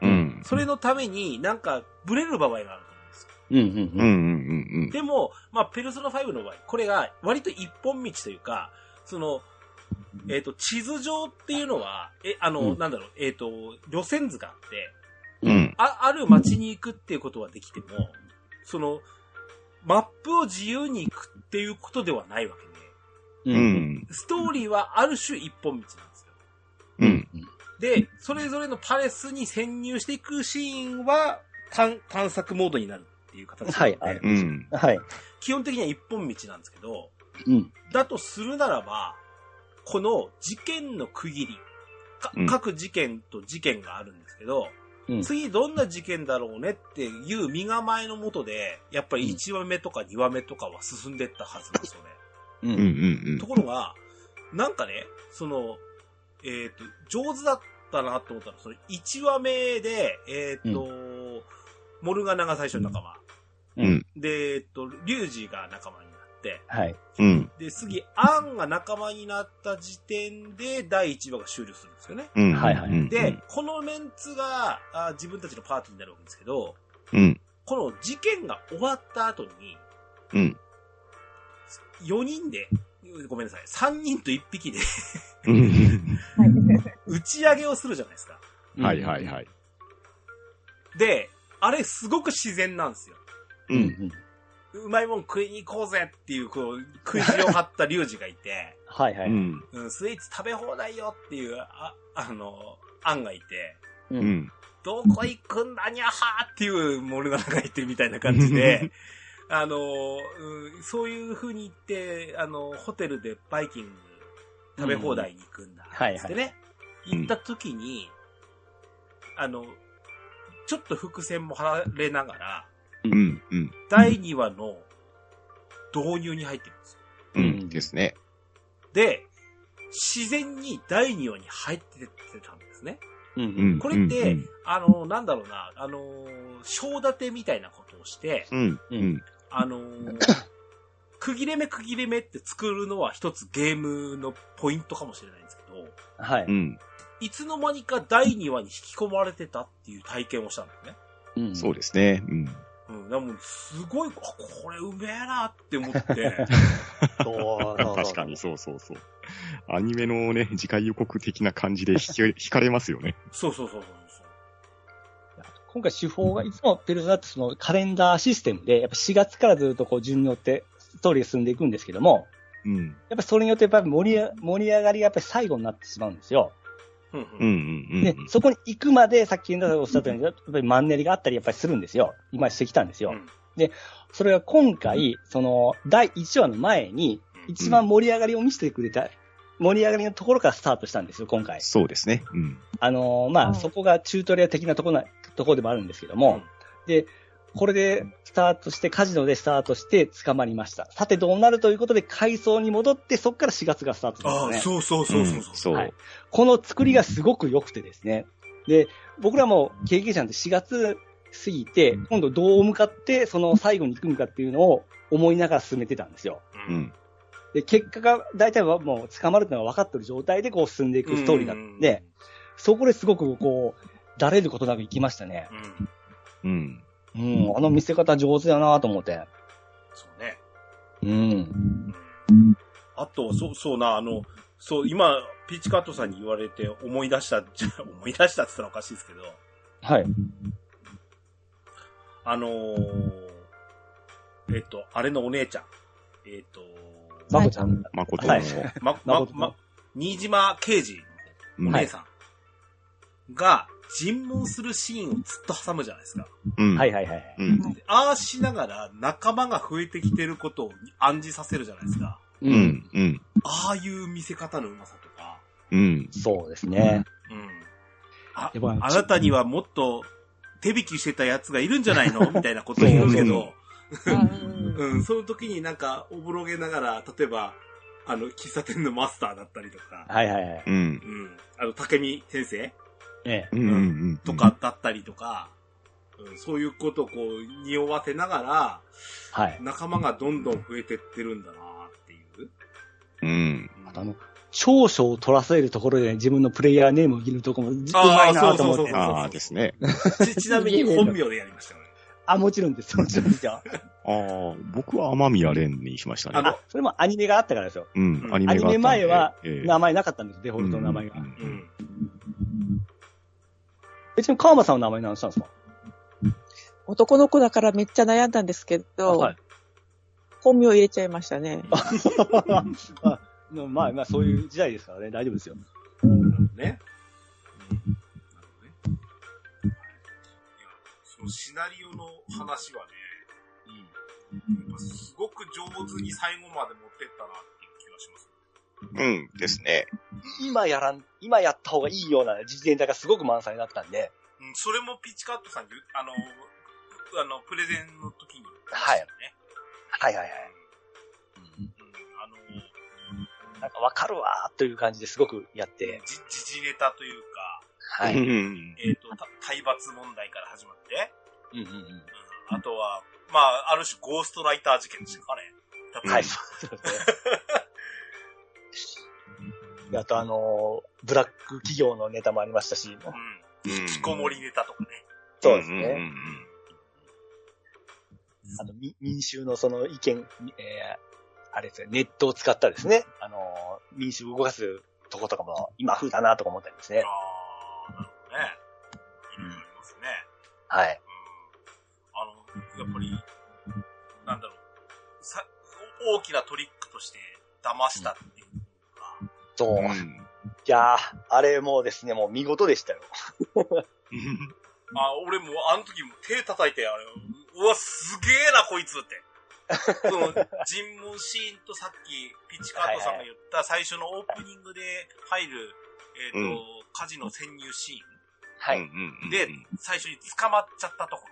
A: うん
D: それのためになんかブレる場合があると思うんですよ。
B: うん
A: うん
B: う
A: うん
B: ん
A: うん
D: でも、まあ、ペルソナ5の場合、これが割と一本道というか、その、えっ、と、地図上っていうのは、え、あの、
B: うん
D: なんだろう、えっ、と、路線図があって、
A: うん。うん。
D: あ、ある街に行くっていうことはできても、その、マップを自由に行くっていうことではないわけ
B: うん。
D: で、
A: う
B: うん。
A: ん。
D: ストーリーはある種一本道なんですよ。
A: うん。
D: で、それぞれのパレスに潜入していくシーンは、探探索モードになるっていう形なので、
B: はいはい
A: うん。
B: はい。
D: 基本的には一本道なんですけど、
B: うん。
D: だとするならば、この事件の区切り、か
A: うん
D: 各事件と事件があるんですけど、
B: うん
D: 次どんな事件だろうねっていう身構えのもとで、やっぱり1話目とか2話目とかは進んでったはずなんですよね。
B: う。
A: うんうんん
D: ところが、なんかね、その、えっ、と、上手だったなと思ったのは、その1話目で、えっ、と、モルガナが最初の仲間。
A: うん
D: で、えっ、と、リュウジが仲間になって、
B: はい。
A: うん。
D: で、次、アンが仲間になった時点で、第1話が終了するんですよね。
A: うん。
B: はいはい
A: うん
D: で、、このメンツがあ自分たちのパーティーになるわけですけど、
A: うん。
D: この事件が終わった後に、
A: うん。
D: 4人で、ごめんなさい、3人と1匹で
A: うん。
D: 打ち上げをするじゃないですか。
A: はいはいはい。
D: で、あれすごく自然なんですよ。
A: う。
B: うんん。
D: うまいもん食いに行こうぜっていう、こう、食い地を張ったリュウジがいて、
B: はいは
A: う
B: い。
A: ん。
D: うん、スイーツ食べ放題よっていう、あ、あの、アンがいて、
B: う。
A: うんん。
D: どこ行くんだにゃはーっていうモルガナがいてみたいな感 じで、あの、うんそういう風に言って、あの、ホテルでバイキング食べ放題に行くんだ。
B: はいはい
D: つってね、行った時に、あの、ちょっと伏線も張られながら、
A: うん。うん。
D: 第2話の導入に入ってるんですよ。
A: うん。ですね。
D: で、自然に第2話に入ってってたんですね。
B: う。
A: うんん。
D: これって、
A: うん
D: あの、なんだろうな、あの、章立てみたいなことをして、
A: うん。うん。
D: あの、 区切れ目区切れ目って作るのは一つゲームのポイントかもしれないんですけど、
B: はい。
A: うん。
D: いつの間にか第2話に引き込まれてたっていう体験をしたんですね。
B: うん
A: そうですね。うん。
D: うん、でもすごい、あこれうめえなって 思って、
B: そうそうそう
A: 確かに、そうそうそう。アニメのね、次回予告的な感じで引き引かれますよね。
D: そうそうそうそうそう。
B: 今回手法がいつもペルソナってそのカレンダーシステムで、やっぱ4月からずっとこう順によってストーリーが進んでいくんですけども、
A: うん。
B: やっぱそれによってやっぱり盛り上盛り上がりがやっぱり最後になってしまうんですよ。
D: うん
A: う
D: うんん。
A: うんうん。
B: で、そこに行くまでさっきおっしゃったように、やっぱりマンネリがあったりやっぱりするんですよ。今してきたんですよ。
D: うん
B: で、それが今回、その第1話の前に
D: うん
B: 一番盛り上がりを見せてくれた、盛り上がりのところからスタートしたんですよ、今回。
A: そうですね。うん。
B: あのーま
C: う
B: あ、
C: ん
B: そこがチュートリアル的なとこな、ところでもあるんですけども、で、これでスタートして、カジノでスタートして捕まりました。さてどうなるということで階層に戻って、そこから4月がスタート
D: あ
B: なん
D: あ、
B: ですね。
D: そうそうそうそうそう。
A: そ
B: は
A: う
B: い。この作りがすごく良くてですね。で、僕らも経験者なんで4月過ぎて、
A: うん
B: 今度どう向かって、その最後に行くのかっていうのを思いながら進めてたんですよ。
A: う。ん。
B: で、結果が大体はもう捕まるってのが分かってる状態でこう進んでいくストーリーだったんで、そこですごくこう、だれることなく行きましたね。
D: うん。う
A: う
D: ん。
A: ん。
B: うん、あの見せ方上手だなと思って。
D: そうね。
B: うん。
D: あと、そう、そうな、あの、そう、今、ピーチカットさんに言われて思い出した、 じゃ思い出したって言ったらおかしいですけど、
B: はい。
D: あのー、えっと、あれのお姉ちゃん、えっと、
B: まこちゃん。
A: 誠の。
B: はい
D: ま、
B: ま
D: ま
B: こ、ちゃん
D: ま、新島刑事
A: うん
D: お姉さんが尋問するシーンをずっと挟むじゃないですか。
A: うん。
B: はいはいはい。
A: うん。
D: でああしながら仲間が増えてきてることを暗示させるじゃないですか。
A: う。
B: うん
A: うん。
D: ああいう見せ方のうまさとか。
A: うん。
B: そうですね。
D: うん。あ
B: やばい、
D: あなたにはもっと手引きしてたやつがいるんじゃないのみたいなことを言うけど、
C: うん
D: うん、その時になんかおぼろげながら、例えば、あの、喫茶店のマスターだったりとか、
B: はいはいはい。
A: うん。
D: うん、あの、竹見先生
B: ええ。
A: うん。うん。
D: とか。だったりとか、うん、そういうことをこう、匂わせなが
B: はい
D: ら、。仲間がどんどん増えてってるんだなっていう。
A: うん。
D: うん
B: あとあの、長所を取らせるところで自分のプレイヤーネームを切るとこもずっとうま
D: あー
B: いなと
D: そ
B: 思
D: う
B: っ
D: そう
B: て。
D: そう
A: ああですね。
D: ち、ちなみに本名でやりましたよね。
B: あ、もちろんです。もちろんですよ。
A: ああ、僕は天宮蓮にしました
D: あの
A: ね。
B: あ、それもアニメがあったからですよ。
A: うん。アニメがあったんで。
B: アニメ前は
A: ええ、
B: 名前なかったんです、デフォルトの名前が
A: う。ん
D: う。ん。
B: 別に川間さんの名前なんしたんですか
C: 男の子だからめっちゃ悩んだんですけ ど、
B: はい
C: 本名入れちゃいましたね。
B: あのまあまあ、そういう時代ですからね、大丈夫ですよ。
D: なるほどね。うんなるほどね。いや、そのシナリオの話はね、やっぱすごく上手に最後まで持ってったなっていう気がします。
A: うん。ですね。
B: 今やらん、今やった方がいいような実現体がすごく満載だったんで、
D: うん、それもピッチカットさん言う、あの、あの、プレゼンの時に言ってましたよね。
B: はいはいはい。
D: うん、あの、
B: なんかわかるわーという感じですごくやって、
D: じ、時事ネタというか、
B: は
A: う
B: い。
A: ん。
D: えっ、と、た体罰問題から始まって、
B: うんうんうん
D: うんあとは、まあ、ある種ゴーストライター事件でしたかね。だった
B: はい、
D: り
B: そう ですね。であと、あのーブラック企業のネタもありましたし、
D: うん。
A: 引
D: 引きこもりネタとかね。
B: そうですね。
A: ん
B: あの、み民衆のその意見、みえーあれですね、ネットを使ったですね、あのー民衆を動かすとことかも今風だなとか思ったりですね。
D: ああ、なるほどね。いろいろありますね。
B: はい。
D: うん。あの、やっぱり、なんだろう。さ、大きなトリックとして騙したっていうの
B: そう。
A: うん
B: いやー、あれもうですね、もう見事でしたよ。
A: うん
D: が、あ、俺もうあの時も手叩いて、あれ、うわ、すげえな、こいつって。その、尋問シーンとさっき、ピッチカートさんが言った最初のオープニングで入る、えっ、と、
A: うん
D: 火事の潜入シ
B: は
A: うん
B: い。
A: うんう
D: ーン
A: ん
D: で、最初に捕まっちゃったとこ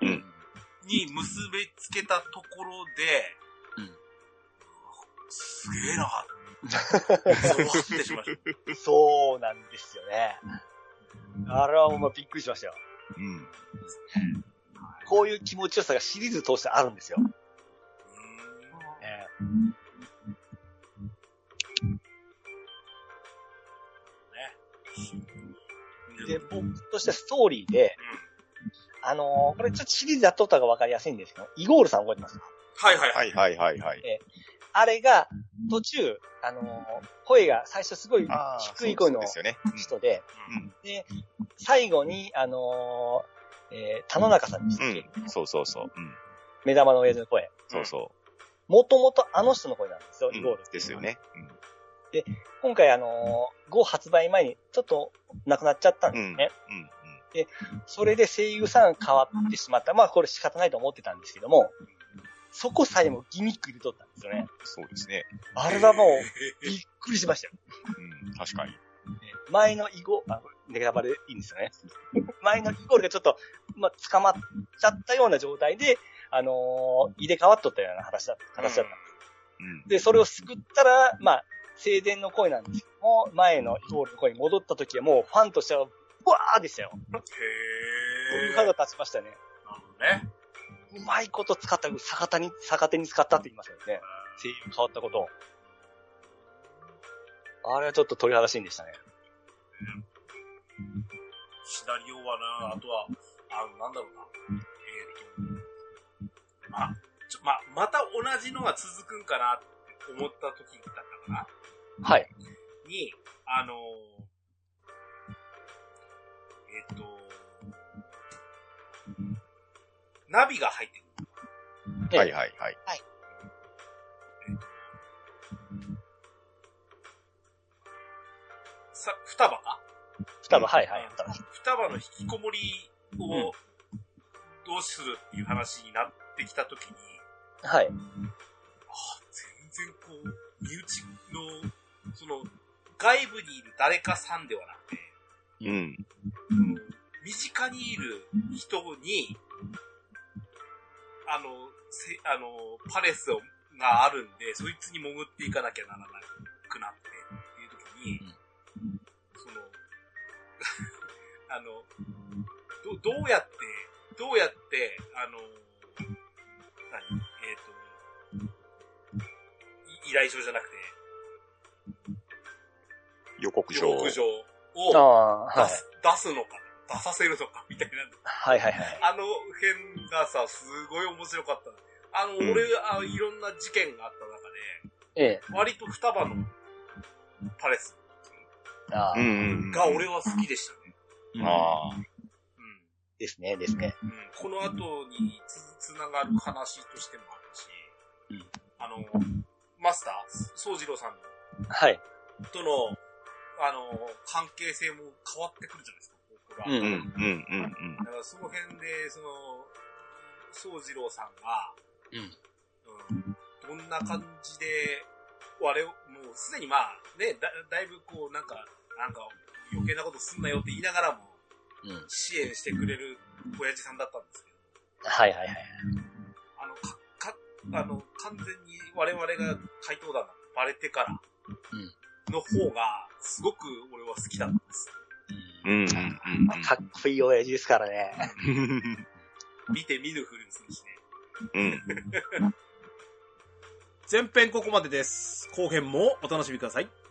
D: ろ。
A: うん
D: に結びつけたところで、
B: うん
D: すげえな、そう思ってしまいまし
B: そうなんですよね。あれはもうびっくりしましたよ。
A: うん。
B: こういう気持ちよさがシリーズ通してあるんですよ。
D: た。
B: えーで、
D: で
B: 僕としてはストーリーで、あのーこれちょっとシリーズやっとった方がわかりやすいんですけど、イゴールさん覚えてますか
D: はいはいは。
A: はいいはいはいはい。
B: あれが、途中、あのー声が最初すごい
A: あー
B: 低い声の
A: そうですよね。
B: 人で、
A: うん
B: で、最後に、あのーえー田野中さんでしたっけ、
A: うん。そうそうそう。うん。
B: 目玉の親父の声。
A: そうそ
B: もともとあの人の声なんですよ、
A: う。
B: イゴール
A: う
B: っ
A: ん
B: ていうのは
A: ですよ。ね。
B: 今回、あのー、5発売前にちょっと亡くなっちゃった
A: う
B: んで
A: ん。う
B: す
A: ん。
B: よね。それで声優さん変わってしまった。まあ、これ仕方ないと思ってたんですけども、そこさえもギミック入れとったんですよね。
A: そうですね。
B: あれはもう、びっくりしましたよ。
A: うん。確かに。
B: 前のイゴ、あ、ネタバレでいいんですよね。前のイゴールがちょっと、まあ、捕まっちゃったような状態で、あのー入れ替わっとったような話だった、形だった。
A: うん。
B: で、それを救ったら、まあ、生前の声なんですけども、前のイゴールの声に戻った時はもうファンとしては、ブワーでしたよ。
D: へえ
B: 腹が立ちましたね。
D: なるほどね。
B: うまいこと使った、逆手に、逆手に使ったって言いますよね。声優変わったことを。あれはちょっと鳥肌シーンでしたね。
D: シナリオはな、あとは、あの、なんだろうな。えーと、まあ、ちょ、まあ、また同じのが続くんかなって思った時だったかな。
B: はい。
D: に、あのーえっと、ナビが入ってくる。
B: ええ
A: はいはいはい。
D: さ、双葉か
B: 双葉、はいはい。
D: うん双葉の引きこもりをどうするっていう話になってきた時に、
B: はい。
D: 全然こう、身内の、その、外部にいる誰かさんではなくて、
A: うん。
D: 身近にいる人に、あの、せあの、パレスをがあるんで、そいつに潜っていかなきゃならなくなって、っていう時に、その、 あの、ど、どうやって、どうやって、あの、何えっ、と、い依頼状じゃなくて、
A: 予告
D: 予
A: 状。
D: 告状
B: あ
D: を
B: あ、は
D: 出
B: い。
D: す、出すのか、出させるのか、みたいな
B: はいはいはい。
D: あの辺がさ、すごい面白かった。あの、
A: うん
D: 俺、あいろんな事件があった中で、
B: ええ。
D: 割と双葉のパレス
B: ああ、
A: うんうんうん。
D: が俺は好きでしたね。
A: ああ。
B: ですね、ですね。
D: うん。うん、この後につ、つながる話としてもあるし、
B: うん
D: あの、マスター、宗次郎さん
B: はい。
D: との、あの、関係性も変わってくるじゃないですか、ここが。
B: うん
A: うんうんうんうん。
D: だからその辺で、その、宗次郎さんが、うん。どんな感じで、我々、もうすでにまあ、ね、だだいぶこう、なんか、なんか、余計なことすんなよって言いながらも、
B: うん。
D: 支援してくれる親父さんだったんですけど、
B: はいはいはい。
D: あの、か、か、あの、完全に我々が回答だなんてバレてから、の方が、すごく俺は好きだったんです。
A: うんうんうん
B: かっこいい親父ですからね。
D: 見て見ぬふりをするしね。
A: うん。
D: 前編ここまでです。後編もお楽しみください。